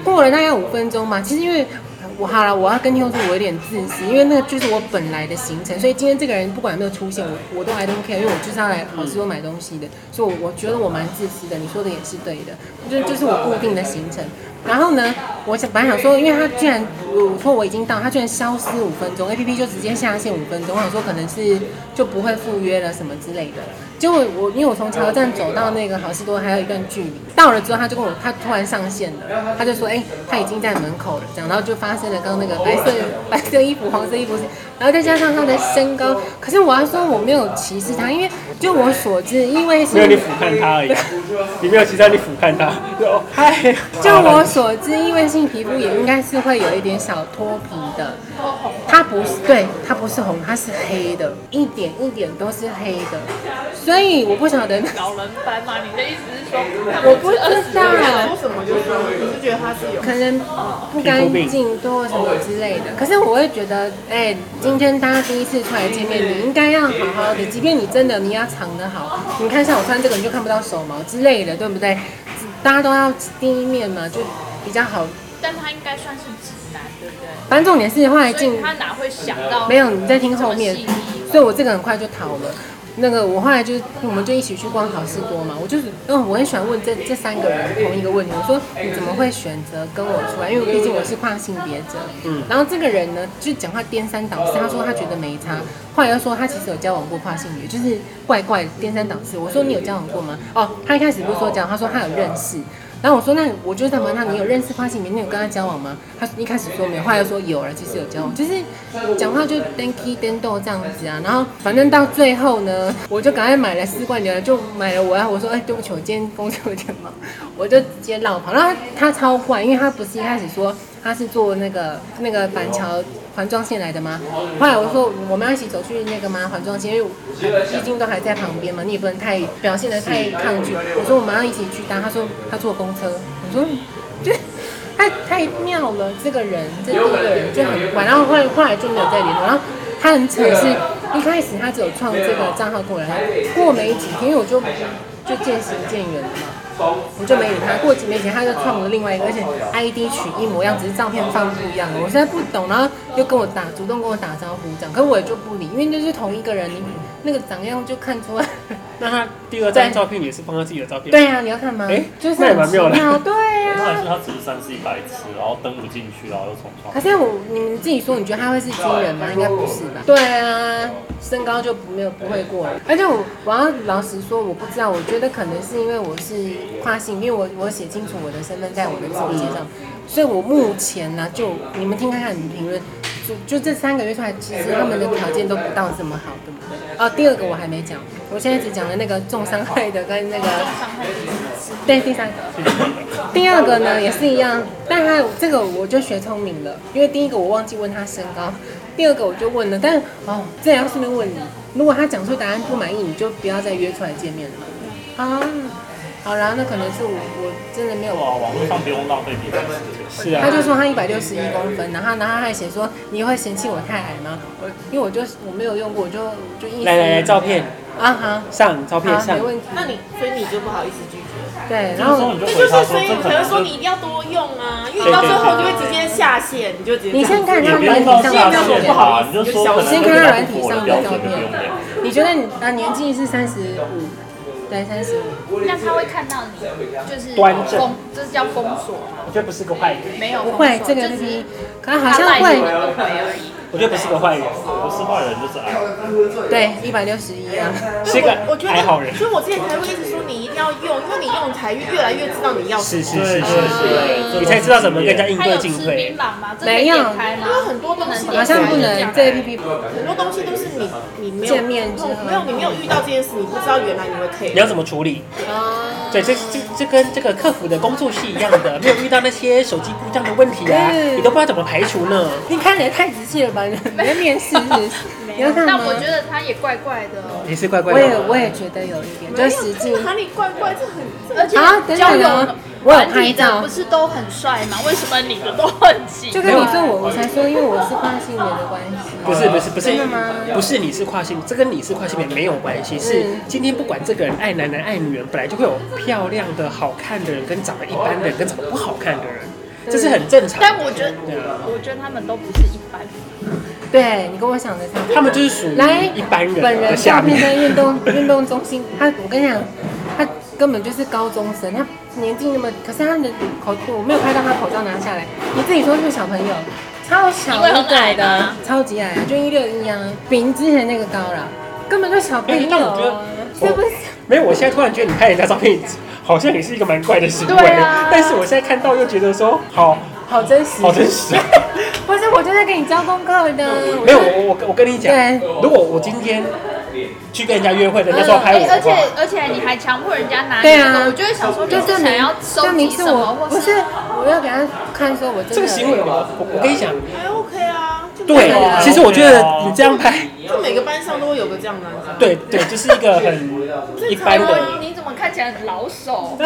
S1: 过了大概五分钟吧，其实因为我好了，我要跟听众说，我有点自私，因为那个就是我本来的行程，所以今天这个人不管有没有出现，我我都 I don't care，因为我就是要来好市多买东西的，所以我我觉得我蛮自私的，你说的也是对的，就就是我固定的行程。然后呢，我想本来想说，因为他居然我说我已经到，他居然消失五分钟，A P P 就直接下线五分钟，我想说可能是就不会赴约了什么之类的。结果我因为我从桥站走到那个好事多还有一段距离，到了之后他就跟我他突然上线了，他就说哎、他已经在门口了，这样，然后就发生了刚刚那个白色 白色衣服黄色衣服，然后再加上他的身高，可是我要说我没有歧视他，因为就我所知，因为是
S2: 没有你俯瞰他而已，啊你没有其他你俯 瞰他。哦嗨，
S1: 就我所知，异位性皮肤也应该是会有一点小脱皮的。它不是，对，它不是红，它是黑的，一点一点都是黑的。所以我不晓得，
S6: 老人斑嘛。你的意思是说，
S1: 我不知道，
S5: 说什么就是说，你是觉得他是有
S1: 可能不干净多什么之类的。可是我会觉得，哎、今天大家第一次出来见面，你应该要好好的，即便你真的你要藏得好，你看像我穿这个你就看不到手毛之类的，对不对？大家都要第一面嘛，就比较好。
S6: 但他应该算是直男，对不对？
S1: 反正重点是后来进
S6: 所以他哪会想到
S1: 没有，你在听后面
S6: 这么细腻，
S1: 所以我这个很快就逃了。那个我后来就我们就一起去逛好事多嘛，我就是嗯，我很喜欢问这这三个人同一个问题，我说你怎么会选择跟我出来？因为毕竟我是跨性别者。嗯。然后这个人呢，就讲话颠三倒四，他说他觉得没差，后来又说他其实有交往过跨性别，就是怪怪的颠三倒四。我说你有交往过吗？哦，他一开始不是说交往，他说他有认识。然后我说那我就在问他，你有认识跨性别？你有跟他交往吗？他一开始说没有，后来又说有啊了，其实有交往，就是讲话就 danky d 豆这样子啊。然后反正到最后呢，我就赶快买了四罐牛奶，就买了我要我说哎对不起，我今天工作有点忙，我就直接绕跑。然后他他超坏，因为他不是一开始说他是坐那个那个板桥。环状线来的吗？后来我说我们要一起走去那个吗？环状线，因为毕竟都还在旁边嘛，你也不能太表现的太抗拒。我说我们要一起去搭，他说他坐公车，我说就太太妙了，这个人，这第一个人就很怪，然后后来后来就没有再联络，然后他很扯是，一开始他只有创这个账号过来，过没几天，因为我就就渐行渐远了嘛。我就没理他。过几年前他就创了另外一个，而且 ID 取一模一样，只是照片放不一样的。我现在不懂，然后又跟我打主动跟我打招呼这样，可我也就不理，因为那就是同一个人，你那个长相就看出来。
S2: 那他第二张照片也是放他自己的照片。
S1: 对 呀、啊，你要看吗？
S2: 哎
S1: 就是
S2: 那也蛮
S1: 很奇
S2: 妙的
S1: 妙，对啊呀、
S3: 那还是他只是三 C 白痴，然后登不进去，然后又重创
S1: 可。是我你们自己说，你觉得他会是军人吗？应该不是吧？对啊，身高就不没有不会过了。而且我我要老实说，我不知道，我觉得可能是因为我是跨性，因为我我写清楚我的身份在我的自我介绍，所以我目前呢、就你们听看看你们评论，就就这三个月出来，其实他们的条件都不到这么好，对不对？哦，第二个我还没讲，我现在只讲了那个重伤害的跟那个对第三个。第二个呢也是一样，但他这个我就学聪明了，因为第一个我忘记问他身高，第二个我就问了，但哦，这也要顺便问你，如果他讲出答案不满意，你就不要再约出来见面了嘛。啊，好啦，那可能是我我真的没有。
S3: 哇，网络上不用浪费别人的时间。
S2: 是啊
S1: 他。就说他一百六十一公分，然后然后他还写说你会嫌弃我太矮吗？我因为我就我没有用过，我就我就意思
S2: 来来来，照片，
S1: 啊哈，
S2: 上照片
S1: 好，
S2: 上
S1: 没，问题。
S5: 那你所以你就不好意思拒绝，
S1: 对，
S3: 这
S1: 然
S3: 个时候
S1: 后
S3: 你就
S5: 这
S3: 回
S5: 哎就是
S3: 他
S5: 所
S3: 说，
S5: 以
S3: 这
S5: 你
S3: 可
S5: 才会
S3: 能
S5: 说
S3: 就
S5: 你一定要多用啊，因为你到最后就会直接下线，你就直接
S1: 你先看
S3: 你
S1: 他
S3: 不用
S1: 软
S3: 到
S1: 体
S3: 下
S1: 上
S5: 这
S1: 的照
S5: 样说
S3: 线
S5: 不
S1: 片，
S5: 好
S3: 吧，
S5: 意思
S3: 你就
S5: 就
S3: 说
S5: 小
S3: 可能
S5: 心
S1: 看
S3: 这个
S1: 软体
S3: 不符合我
S1: 上的
S3: 的标
S1: 照
S3: 准就不
S1: 片
S3: 用量。
S1: 你觉得你啊年纪是三十五，对，三十五，
S6: 那他会看到你，就是
S2: 端正
S6: 封，这是叫封锁吗？
S2: 我觉得不是个坏人，
S6: 没有封锁，
S1: 不会，这个
S6: 就
S1: 就
S6: 只
S1: 是
S6: 是，
S1: 可能好
S6: 他
S1: 像
S6: 赖你
S1: 会，
S6: 的回而已。
S2: 我觉得不是个坏人，
S3: 不是坏人就是矮。
S1: 对，一百六十一啊，
S2: 是个
S5: 呃我觉得
S2: 矮好人。
S5: 所以我之前才会一直说你一定要用，因为你用才越来越知道你要什
S2: 是
S5: 么。
S2: 是是是
S3: 对
S2: 是，你才知道怎么跟人家应
S6: 他
S2: 对
S6: 有
S2: 进
S6: 吃
S2: 退
S6: 槟。榔吗？这
S1: 没
S6: 可以
S1: 有
S6: 点开吗？
S5: 因为很多东西
S1: 好像不能这 A P P
S5: 很多东西都是你你没有
S1: 见面之后
S5: 没有你没有遇到这件事，你不知道原来你会
S2: 你要
S5: care。
S2: 怎么处理？
S1: 啊，
S2: 对，这这这跟这个客服的工作是一样的，没有遇到那些手机故障的问题啊，
S1: 嗯
S2: 你都不知道怎么排除呢。
S1: 你看起来太仔细了吧？你你在面试是不是？你要看吗
S6: 但？我觉得他也怪怪的，
S2: 也是怪怪
S1: 我也
S2: 的，
S1: 我也觉得有一点，就实际
S5: 没有这哪里怪怪，这很这
S6: 而且
S1: 啊等等
S6: 交友
S1: 啊我有
S6: 软
S1: 拍
S6: 体
S1: 照
S6: 的不是都很帅吗？为什么你的都很奇
S1: 就
S6: 怪？
S1: 跟你说我我才说，因为我是跨性别的关系，
S2: 不是不是不是
S1: 真的吗
S2: 不是你是跨性，这跟你是跨性别没有关系，是
S1: 嗯
S2: 今天不管这个人爱男人爱女人，本来就会有漂亮的好看的人跟长得一般的人跟长得不好看的人，这是很正常的。
S6: 但我觉得
S2: 对啊，
S6: 我觉得他们都不是一般人。
S1: 对你跟我想的差不多。
S2: 他们就是属于
S1: 来
S2: 一般人
S1: 本
S2: 的
S1: 人
S2: 下
S1: 照片在
S2: 面。
S1: 运动 运动中心，他我跟你讲，他根本就是高中生，他年纪那么，可是他的口，我没有看到他口罩拿下来，你自己说是不是小朋友，超小
S6: 因为很
S1: 一个
S6: 矮
S1: 的
S6: 吗，
S1: 超级矮，就一六一啊，比你之前那个高了，根本就小朋友
S2: 但哎我觉得哦
S1: 啊，是不是？
S2: 没有，我现在突然觉得你拍人家照片，好像也是一个蛮怪的行为。
S6: 对啊
S2: 但是我现在看到又觉得说，好
S1: 好真实，
S2: 好真实。
S1: 不是，我就在给你交功课的，我
S2: 没有，我我我跟你讲
S1: 对，
S2: 如果我今天去跟人家约会，人家说要拍我
S6: 哎
S2: 的
S6: 而且
S2: 话，
S6: 而且你还强迫人家拿
S1: 对
S6: 你
S1: 啊
S6: 的，我就会想说你
S1: 就是证
S6: 想
S1: 明
S6: 要收
S1: 证
S6: 集
S1: 明是
S6: 什么，
S1: 我，
S6: 或
S1: 不是，我要给他看说我真的
S2: 这个行为我我我跟你讲，
S5: 还 OK 啊。就每
S2: 对哦
S5: 个人
S1: 啊，
S2: 其实我觉得你这样拍，
S5: 就每个班上都会有个这样的男啊生。
S2: 对对，就是一个很一般的，
S6: 你怎么看起来很老手？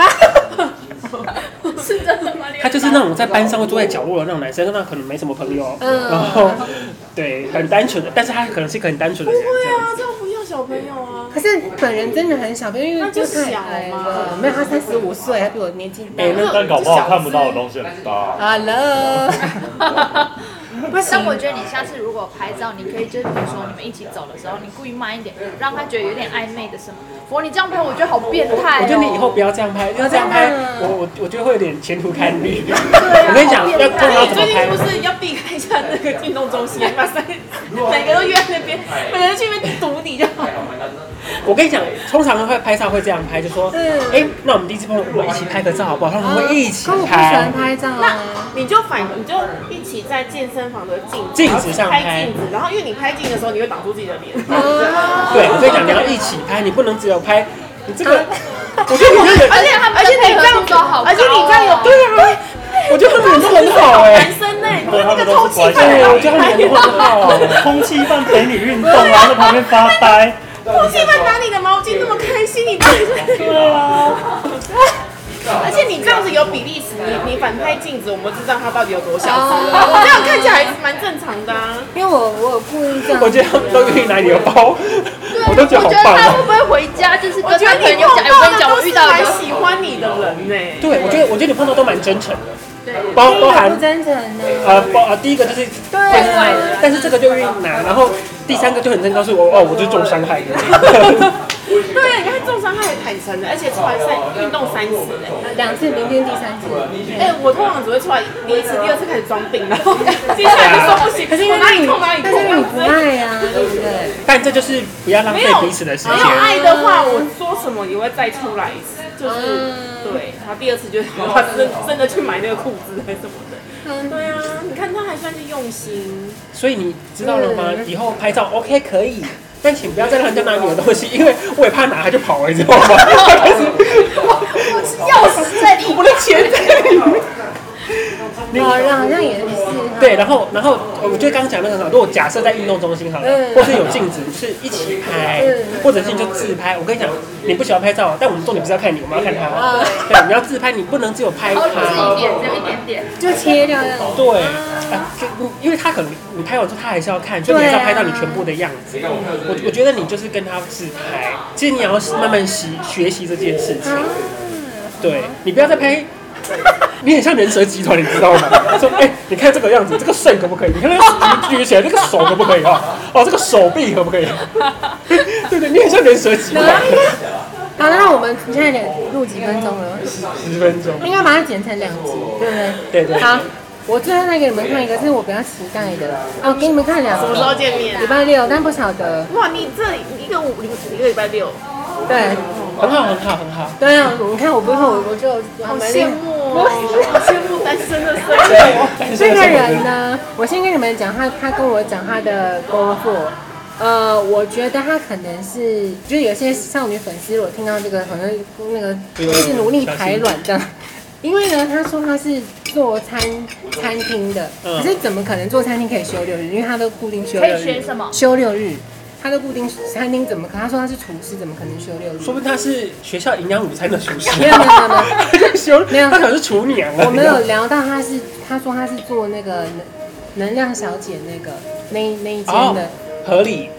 S6: 是真的吗？
S2: 他就是那种在班上会坐在角落的那种男生，那可能没什么朋友，
S1: 嗯
S2: 然后对很单纯的，但是他可能是一个很单纯的人，
S5: 对
S2: 这样
S5: 啊，这样不像小朋友啊。
S1: 可是本人真的很小，因为
S5: 那就
S1: 太
S5: 小
S1: 矮
S5: 嘛
S1: 了，没有他三十五岁，还比我年纪大。
S2: 哎那
S3: 但搞不好看不到的东西很大。
S1: Hello，
S6: 不是，但我觉得你下次如果拍照，你可以就是比如说你们一起走的时候，你故意慢一点，让他觉得有点暧昧的什么。不过你这样拍，我觉得好变态、哦。
S4: 哎
S2: 我觉得你以后不要这样拍，要这样拍，我我我觉得会有点前途堪虑。 我跟你讲，要看
S5: 那
S2: 要
S5: 你
S2: 怎么
S5: 哎最近
S2: 拍
S5: 不。是要避开一下那个运动中心，把三每个都约在那边，每个人去那边堵你就好。
S2: 我跟你讲，通常会拍照会这样拍，就说，
S1: 嗯
S2: 哎，那我们第一次碰面，我们一起拍个照好不好？他们会一起
S1: 可哦我不喜
S2: 拍
S1: 欢。拍照啊。
S5: 你就反，你就一起在健身房的镜子
S2: 镜子上拍
S5: 拍镜子，然后因为你拍镜的时候，你会挡住自己的 脸。
S2: 对，我跟你讲，你要一起拍，你不能只有拍。你这个，我觉得你这个，
S6: 而且他们
S5: 而且你
S6: 的配合
S5: 这样
S6: 度
S5: 子
S6: 都好、
S5: 而且你这样有，
S2: 对啊，我觉得他们都很好哎
S5: 男。生呢，你
S3: 对
S5: 看
S3: 他们
S5: 那个
S3: 都
S5: 空
S3: 是
S5: 气
S3: 乖
S5: 感
S3: 小
S2: 对，
S3: 孩
S2: 我觉得他们 演的很好。
S3: 空气伴陪你运动，然后在旁边发呆。
S5: 空气饭拿你的毛巾那么开心，你到底是？对啊。 而且你这样子有比例尺，你你反拍镜子，我们知道他到底有多小只了。
S1: 哦
S5: 这样看起来还是蛮正常的啊。
S1: 因为我我有故意这样，
S2: 我觉得他们都愿意拿你的包， 我都觉得好
S6: 我觉得
S2: 棒
S6: 他会
S2: 哦。
S6: 不会回家就是
S5: 哎我
S6: 跟
S5: 觉
S6: 他
S5: 得
S6: 朋
S5: 啊你
S6: 友
S5: 碰
S6: 讲？我跟你
S5: 到的
S6: 讲，
S5: 都
S6: 我
S5: 是
S6: 遇到一
S5: 来
S6: 个。
S5: 喜欢你的人呢、
S2: 对，我觉得我觉得你碰到都蛮真诚的，
S6: 对，
S2: 包包含
S1: 不哦真诚的。
S2: 呃，包呃，第一个就是对
S5: 啊
S2: 但是这个就愿意拿，然后第三个就很认真告诉我，哦，我就是重伤害的。
S5: 对，你看重伤害也坦诚的，而且出来三运动三次哎、
S1: 两次，明天第三次。
S5: 哎、我通常只会出来第一次、第二次开始装病，然后接下来就说不行，
S1: 可是因为
S5: 我哪里
S1: 你
S5: 痛哪里痛，
S1: 但是因为你不
S5: 我要
S1: 爱啊，对不对？
S2: 但这就是不要浪
S5: 没
S2: 费
S5: 有
S2: 彼此的时
S5: 没
S2: 间
S5: 有。爱的话，我说什么也会再出来一次，就是、对。然后第二次就是 他真真的去买那个裤子还是什么的。对啊，你看他还算是用心，
S2: 所以你知道了吗？
S1: 嗯
S2: 以后拍照 OK 可以，但请不要再让人家拿你的东西，因为我也怕拿他就跑了，你知道吗？
S6: 钥匙在里面。
S2: 我的钱在里面。
S1: 哦
S6: 啊
S1: 好了，好像也是哈。
S2: 对，然后然后我觉得刚刚讲那个很好，如果假设在运动中心好了，
S1: 嗯
S2: 或是有镜子是一起拍
S1: 嗯，
S2: 或者是你就自拍。我跟你讲，你不喜欢拍照，但我们重点不是要看你，我们要看他
S1: 嗯。
S2: 对，你要自拍，你不能只有拍
S6: 啊哦，你自己
S2: 他。
S6: 点只有一点点，
S1: 就切掉这样。
S2: 对，啊，就因为他可能你拍完之后，他还是要看，所以你还是要拍到你全部的样子。我我觉得你就是跟他自拍，其实你也要慢慢习学习这件事情。对你不要再拍， 你很像人蛇集团，你知道吗？说哎、你看这个样子，这个肾可不可以？你看那个举起来，这个手可不可以啊？哦，这个手臂可不可以？ 对对，你很像人蛇集团。
S1: 啊好，那我们现在得录几分钟了？
S2: 十分钟，
S1: 应该把它剪成两集，对不对？
S2: 对对对
S1: 好，我最后再给你们看一个，这是我比较期待的哦，给你们看两
S5: 什么
S1: 个。
S5: 时候见面
S1: 礼？拜六，但不晓得。
S5: 哇，你这一个五零一个礼拜六，
S1: 对，
S2: 很好，很好，很好。
S1: 对啊，你看我不后，我我就好
S5: 好羡慕哦，好羡慕单身的生
S2: 对
S5: 活。，
S2: 但是
S1: 这
S2: 我
S1: 个
S2: 是
S1: 人呢，我先跟你们讲他，他跟我讲他的工作。呃，我觉得他可能是，就是有些少女粉丝，我听到这个好像那个
S2: 嗯
S1: 一直努力排卵这样，因为呢，他说他是做餐餐厅的，
S2: 嗯
S1: 可是怎么可能做餐厅可以休六日？因为他都固定休
S6: 可
S1: 六
S6: 以学
S1: 日，
S6: 什么？
S1: 休六日，他都固定餐厅怎么可？他说他是厨师，怎么可能休六
S2: 说
S1: 日？
S2: 不定他是学校营养午餐的厨师。
S1: 没有没有没有没有
S2: 他 就修，
S1: 没有
S2: 他可能是厨娘啊。
S1: 我没有聊到他是，他说他是做那个能能量小姐那个那一那一间的。
S2: 哦合理，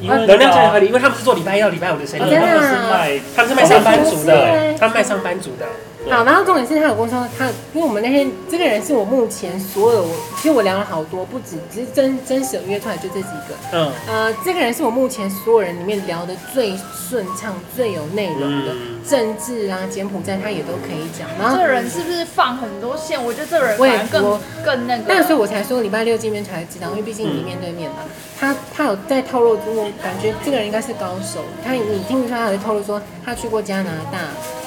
S3: 因为
S2: 能量
S3: 这
S2: 最合理，因为他们是做礼拜一到礼拜五的生
S3: 他们
S2: 意
S1: 真，的
S3: 是卖，
S2: 他们是卖上班族
S1: 我们是
S2: 的，他们卖上班族的。
S1: 好，然后重点是他有跟我说，他因为我们那天这个人是我目前所有，其实我聊了好多，不止只是真真实有约出来就这几个。
S2: 嗯，
S1: 呃，这个人是我目前所有人里面聊的最顺畅、最有内容的，
S2: 嗯
S1: 政治啊、柬埔寨他也都可以讲。然
S6: 这
S1: 后
S6: 个人是不是放很多线？我觉得这个人
S1: 我也
S6: 反而更
S1: 我
S6: 更那
S1: 那
S6: 个。
S1: 时候我才说礼拜六见面才知道，因为毕
S2: 嗯
S1: 竟你面对面嘛。他他有在透露，我感觉这个人应该是高手。他你听不出来他有在透露说他去过加拿大，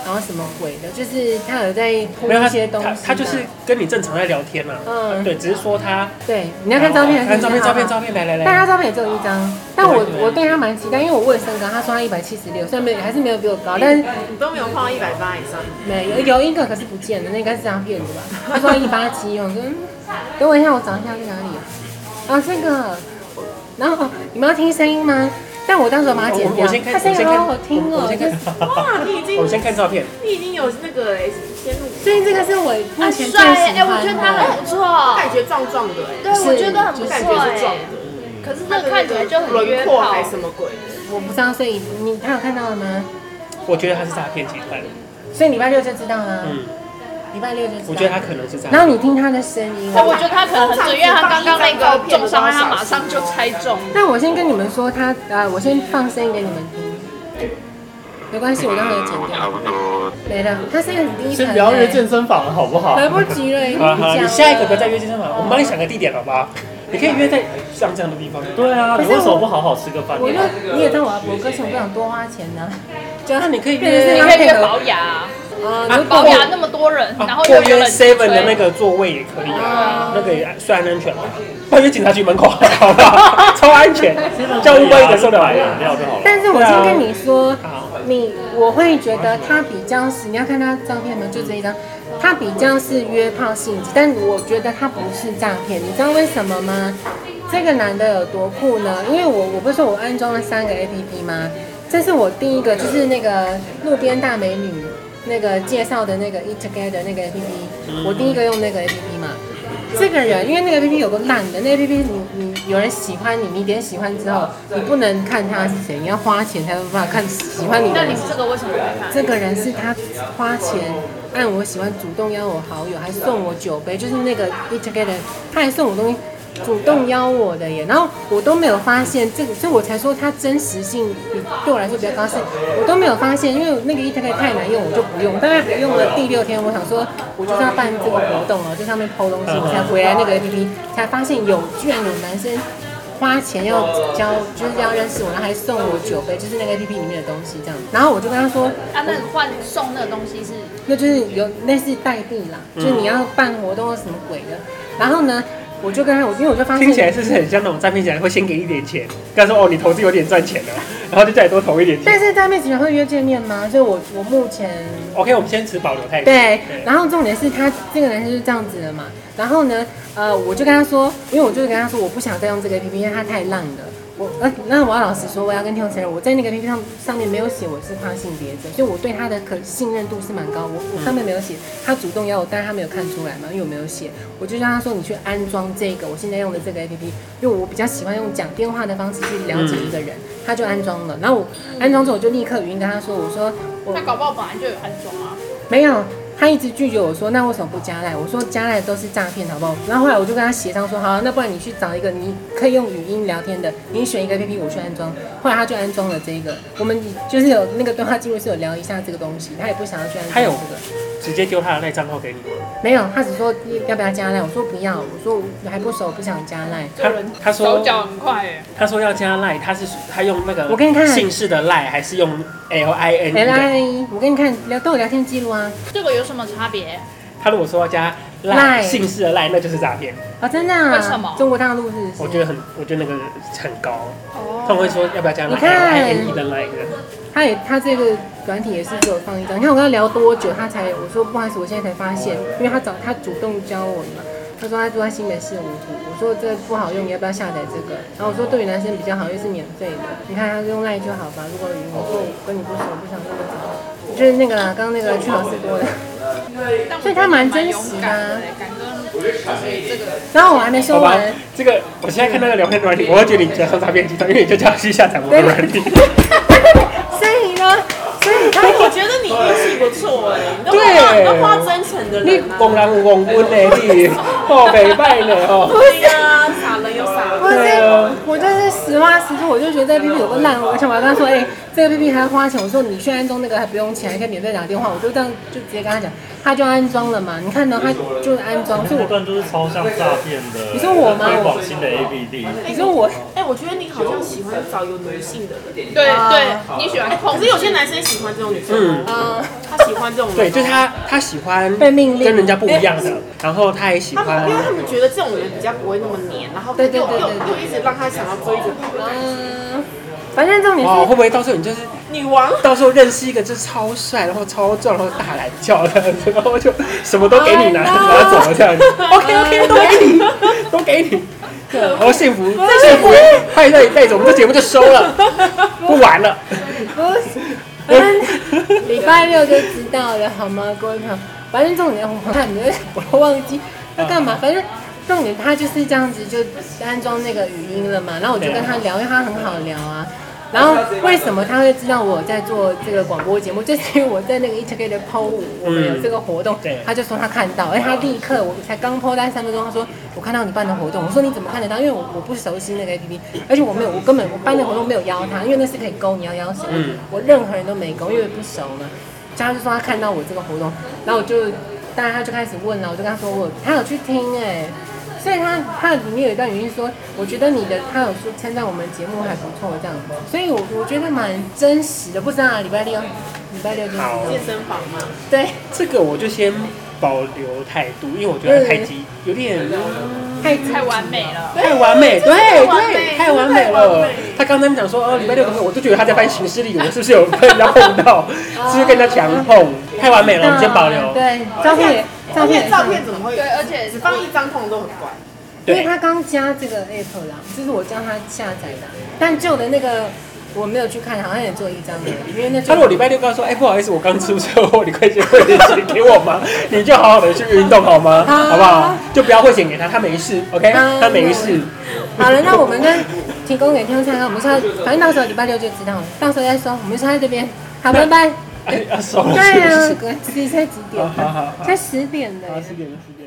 S1: 然后什么鬼的，就是他有在铺
S2: 没有
S1: 一
S2: 他
S1: 些东西
S2: 他
S1: 的。
S2: 他就是跟你正常在聊天嘛。
S1: 嗯
S2: 对，只是说他
S1: 对，你要看照片还
S2: 哦
S1: 是
S2: 看照片，照片，照片，来来
S1: 但他
S2: 来。
S1: 照片也只有一张，但我我对他蛮期待，因为我问身高，他说他一百七十六，虽然没有还是没有比我高，但是
S5: 你都没有碰到一百八以上，
S1: 没有有一个可是不见了，那应该是他骗子吧？他说一八七，我说嗯等我一下，我找一下在哪里啊？啊，这个，然后你们要听声音吗？但我到时候把它剪
S2: 我
S1: 掉，
S2: 我先看，
S1: 他
S2: 我
S1: 声
S2: 先
S1: 音
S2: 看，
S1: 好好听
S2: 我
S1: 哦
S2: 我。先
S1: 就是
S2: 看，
S5: 哇，你已经
S1: 哦
S2: 哦我先看照片。
S5: 你已经有那个哎，先入
S1: 所以这个是我目
S6: 很
S1: 前最喜
S6: 帅哎、
S1: 欢
S6: 我觉得他
S1: 的。
S6: 很不错，
S5: 感觉壮壮的哎，
S6: 对，我觉得很
S5: 就
S6: 不
S5: 感
S6: 错
S5: 觉
S6: 哎、
S5: 是壮的，
S6: 可是这个看起来就很约
S5: 轮廓
S6: 炮，
S5: 还是什么鬼的？
S1: 我不知道，所以你他有看到了吗？
S2: 我觉得他是诈骗集团。
S1: 所以礼拜六就知道了，
S2: 嗯，
S1: 礼拜六就知道。
S2: 我觉得他可能是诈
S1: 然后你
S2: 骗。
S1: 听他的声音，
S6: 哦但我觉得他可能很准，因为他刚刚那个重伤，他马上就猜中。
S1: 那我先跟你们说他，呃，我先放声音给你们听，没关系，我刚刚有剪掉，没了。他声音很低沉、
S7: 先不要约
S1: 欸，
S7: 健身房了好不好？
S1: 来不及了，已经
S2: 好啊好，
S1: 讲哦
S2: 你
S1: 了
S2: 下一个不要再约健身房，我们帮你想个地点好不好？你可以约在像这样的地方。
S3: 对啊，
S1: 可
S3: 你
S1: 是
S3: 为什么
S1: 我
S3: 不好好吃个饭
S1: 我
S3: 店？
S1: 就你也知道我要博歌，所以我不想多花钱 呢、就
S2: 那你可以
S1: 变成
S6: 你
S1: 是
S2: 约
S6: 可以约保雅、
S1: 呃，如
S2: 啊
S6: 保
S1: 果
S6: 雅那么多人，然后
S2: 哦或
S6: 又有
S2: 约
S6: 人
S2: Seven 的那个座位也可以啊，那个也虽然安全嘛，不哦然约警察局门 口好不好？超安全，叫乌龟的受得了
S3: 买饮料就好了。
S1: 但是我先跟你说，
S2: 好，
S1: 你我会觉得他比较是，你要看他照片吗？就这一张，他比较是约炮性质，但我觉得他不是诈骗，你知道为什么吗？这个男的有多酷呢？因为我我不是说我安装了三个 APP 吗？这是我第一个，就是那个路边大美女那个介绍的那个 Eat Together 那个 APP，我第一个用那个 APP 嘛。这个人，因为那个 A P P 有个烂的，那 A P P 你你有人喜欢你，你点喜欢之后，你不能看他是谁，你要花钱才有办法看喜欢你的
S6: 那
S1: 人
S6: 你。这个为什么没看？
S1: 这个人是他花钱按我喜欢，主动邀我好友，还送我酒杯，就是那个 Eat Together，他还送我东西，主动邀我的耶。然后我都没有发现这个，所以我才说他真实性比对我来说比较高，是我都没有发现，因为那个 Eat Together 太难用，我就不用。大概不用了第六天，我想说，我就是要办这个活动哦，就上面抛东西，我才回来那个 APP，才发现有居然有男生。花钱要交，就是要认识我，然后还送我酒杯，就是那个 A P P 里面的东西这样。然后我就跟他说，
S6: 啊，那个换送那个东西是
S2: 嗯
S1: 那就是有类似代币啦，就是你要办活动或什么鬼的。然后呢，我就跟他，我因为我就发现
S2: 听起来是不是很像那种诈骗集团会先给你一点钱，跟他说哦你投资有点赚钱了，然后就叫你多投一点
S1: 但
S2: 钱。
S1: 是大妹子然会约见面吗？所以我我目前
S2: OK，我们先持保留态度。
S1: 对，然后重点是他这个人就是这样子的嘛。然后呢，呃，我就跟他说，因为我就是跟他说，我不想再用这个 APP，因为它太烂了。我那那我要老实说，我要跟听众承认，我在那个 APP 上上面没有写我是跨性别者，所以我对他的可信任度是蛮高。我我上面没有写，他主动要我，但是他没有看出来嘛，因为我没有写。我就让他说你去安装这个我现在用的这个 APP，因为我比较喜欢用讲电话的方式去了解一个人，他就安装了。然后我安装之后，我就立刻语音跟他说，我说我
S6: 那搞不好本来就有安装啊。
S1: 没有，他一直拒绝我说，那为什么不加赖？我说加赖都是诈骗，好不好？然后后来我就跟他协商说，好啊、那不然你去找一个你可以用语音聊天的，你选一个 APP，我去安装。后来他就安装了这一个，我们就是有那个对话记录是有聊一下这个东西，他也不想要去安装、
S2: 他
S1: 这
S2: 有
S1: 个。
S2: 直接丢他的那账号给你吗？
S1: 没有，他只说要不要加赖，我说不要，我说我还不熟，不想加赖。
S2: 他他
S5: 手
S2: 说
S5: 脚很快哎，
S2: 他说要加赖，他是他用那个
S1: 我给你看
S2: 姓氏的赖还是用 L I N
S1: 来
S2: E 的？
S1: 来，我跟你看聊都有聊天记录啊，
S6: 这个有什么差别？
S2: 他如果说要加赖
S1: 赖
S2: 姓氏的赖，那就是诈骗。
S1: 啊真的、啊？
S6: 为什么
S1: 中国大陆是不是？
S2: 我觉得很，我觉得那个很高。他们会说要不要加
S1: 哦你
S2: Line
S1: 看
S2: I N E 的那一个？
S1: 他也他这个软体也是给我放一张，你看我跟他聊多久，他才我说不好意思，我现在才发现，因为他找他主动教我嘛。他说他住在新北市五股，我说这个不好用，你要不要下载这个？然后我说对于男生比较好，因为是免费的。你看他用赖就好吧。如果语音我说我跟你不熟，我不想跟你讲，就是那个刚刚那个去好事多的。
S5: 但我
S1: 所以他蛮真
S5: 觉
S1: 实的
S5: 得蛮
S1: 啊
S5: 勇敢的欸，敢跟就是这个
S1: 然后我还没说
S2: 好吧
S1: 完，，
S2: 这个我现在看那个聊天软体，我会觉得你比较像诈骗集团，因为你就叫他去下载我的软体。
S1: 所以呢，所以他
S5: 哎我觉得你运气不错哎，你都
S2: 对
S5: 画你都画真诚的
S2: 你
S5: 人啊，
S2: 公然公棍的你，哦，北拜呢哦。
S5: 对呀，傻人有傻人
S1: 不是
S2: 对啊，
S1: 我就是实话实说，我就觉得这个 P P 有个烂，我想我跟他说，哎、这个 P P 还要花钱，我说你去安装那个还不用钱，还可以免费打电话，我就这样就直接跟他讲，他就安装了嘛，你看到他就安装，所以
S3: 那
S1: 我
S3: 段就是超像诈骗的。
S1: 你说我吗
S3: 推广新的 APP，
S1: 你说我
S5: 哎、我觉得你好像喜欢找有女性的人。
S6: 对对
S1: 啊，
S6: 你喜
S5: 哎、
S6: 欢
S5: 可
S6: 控制
S5: 是有些男生喜欢这种女生
S2: 嗯
S5: 哦，
S1: 啊、
S5: 他喜欢这种人哦
S2: 对，就是，他，他喜欢
S1: 被命令
S2: 跟人家不一样的，然后他也喜
S5: 他
S2: 欢
S5: 们因为他们觉得这种人比较不会那么黏，然后又
S1: 对对对
S5: 又
S1: 对对
S5: 又一直让他想要追着跑的感觉。
S1: 嗯，反正重点
S2: 哦，
S1: 是
S2: 会不会到时候你就是
S5: 女王，
S2: 到时候认识一个就是超帅，然后超壮，然后大懒觉的，然后就什么都给你拿，拿走了这样子。OK OK，都给你，都给你。然后幸福幸福，欢迎让你带走，我们这节目就收了，不玩了。
S1: 不是，反正 礼拜六就知道了好吗，各位朋友？反正重点我看你们，我都忘记要干嘛，反正。重点他就是这样子就安装那个语音了嘛，然后我就跟他聊，因为他很好聊啊。然后为什么他会知道我在做这个广播节目？就是因为我在那个 e t k 的 PO 舞，我们有这个活动，
S2: 对
S1: 他就说他看到，哎，他立刻我才刚 PO 单三分钟，他说我看到你办的活动，我说你怎么看得到？因为我我不熟悉那个 APP，而且我没有，我根本我办的活动没有邀他，因为那是可以勾你要邀谁，我任何人都没勾，因为不熟嘛。他就说他看到我这个活动，然后我就，当然他就开始问了，我就跟他说我他有去听哎、所以他他里面有一段语音说，我觉得你的他有说称赞我们节目还不错这样，所以我我觉得蛮真实的，不知道啊礼拜六礼拜六就是
S2: 好
S5: 健身房嘛，
S1: 对
S2: 这个我就先保留态度，因为我觉得太激，有点
S1: 太
S6: 太完美了。
S2: 太完美，对
S6: 太完美
S2: 对，太完美
S5: 太完
S2: 了
S5: 美。
S2: 他刚才讲说哦，礼拜六可不可以？我都觉得他在办行事历，我是不是有被人家碰到？是不是跟人家强碰？太完美了，我们先保留。
S1: 对照片也照片也
S5: 而且照片怎么会？
S6: 对，而且
S5: 只放一张通常都很怪。
S1: 因
S2: 对
S1: 为他刚加这个 app 啦，这是我教他下载的，但旧的那个我没有去看，好像也做一张而已，因为那
S2: 他如果礼拜六跟他说，哎、不好意思，我刚出车祸，你快些汇点钱给我吗？ 你就好好的去运动好吗？
S1: 啊
S2: 好不好？就不要汇钱给他，他没事，OK？
S1: 啊
S2: 他没事。
S1: 好了，那我们呢提供给听众参考，我们下反正到时候礼拜六就知道了，到时候再说，我们先在这边，好，拜拜。
S2: 哎，要收了是
S1: 对
S2: 不
S1: 啊
S2: 是？，
S1: 哥，现在几点
S2: 好好好
S1: 了？
S2: 好
S1: 才十点的。
S2: 好，十点了，十点了。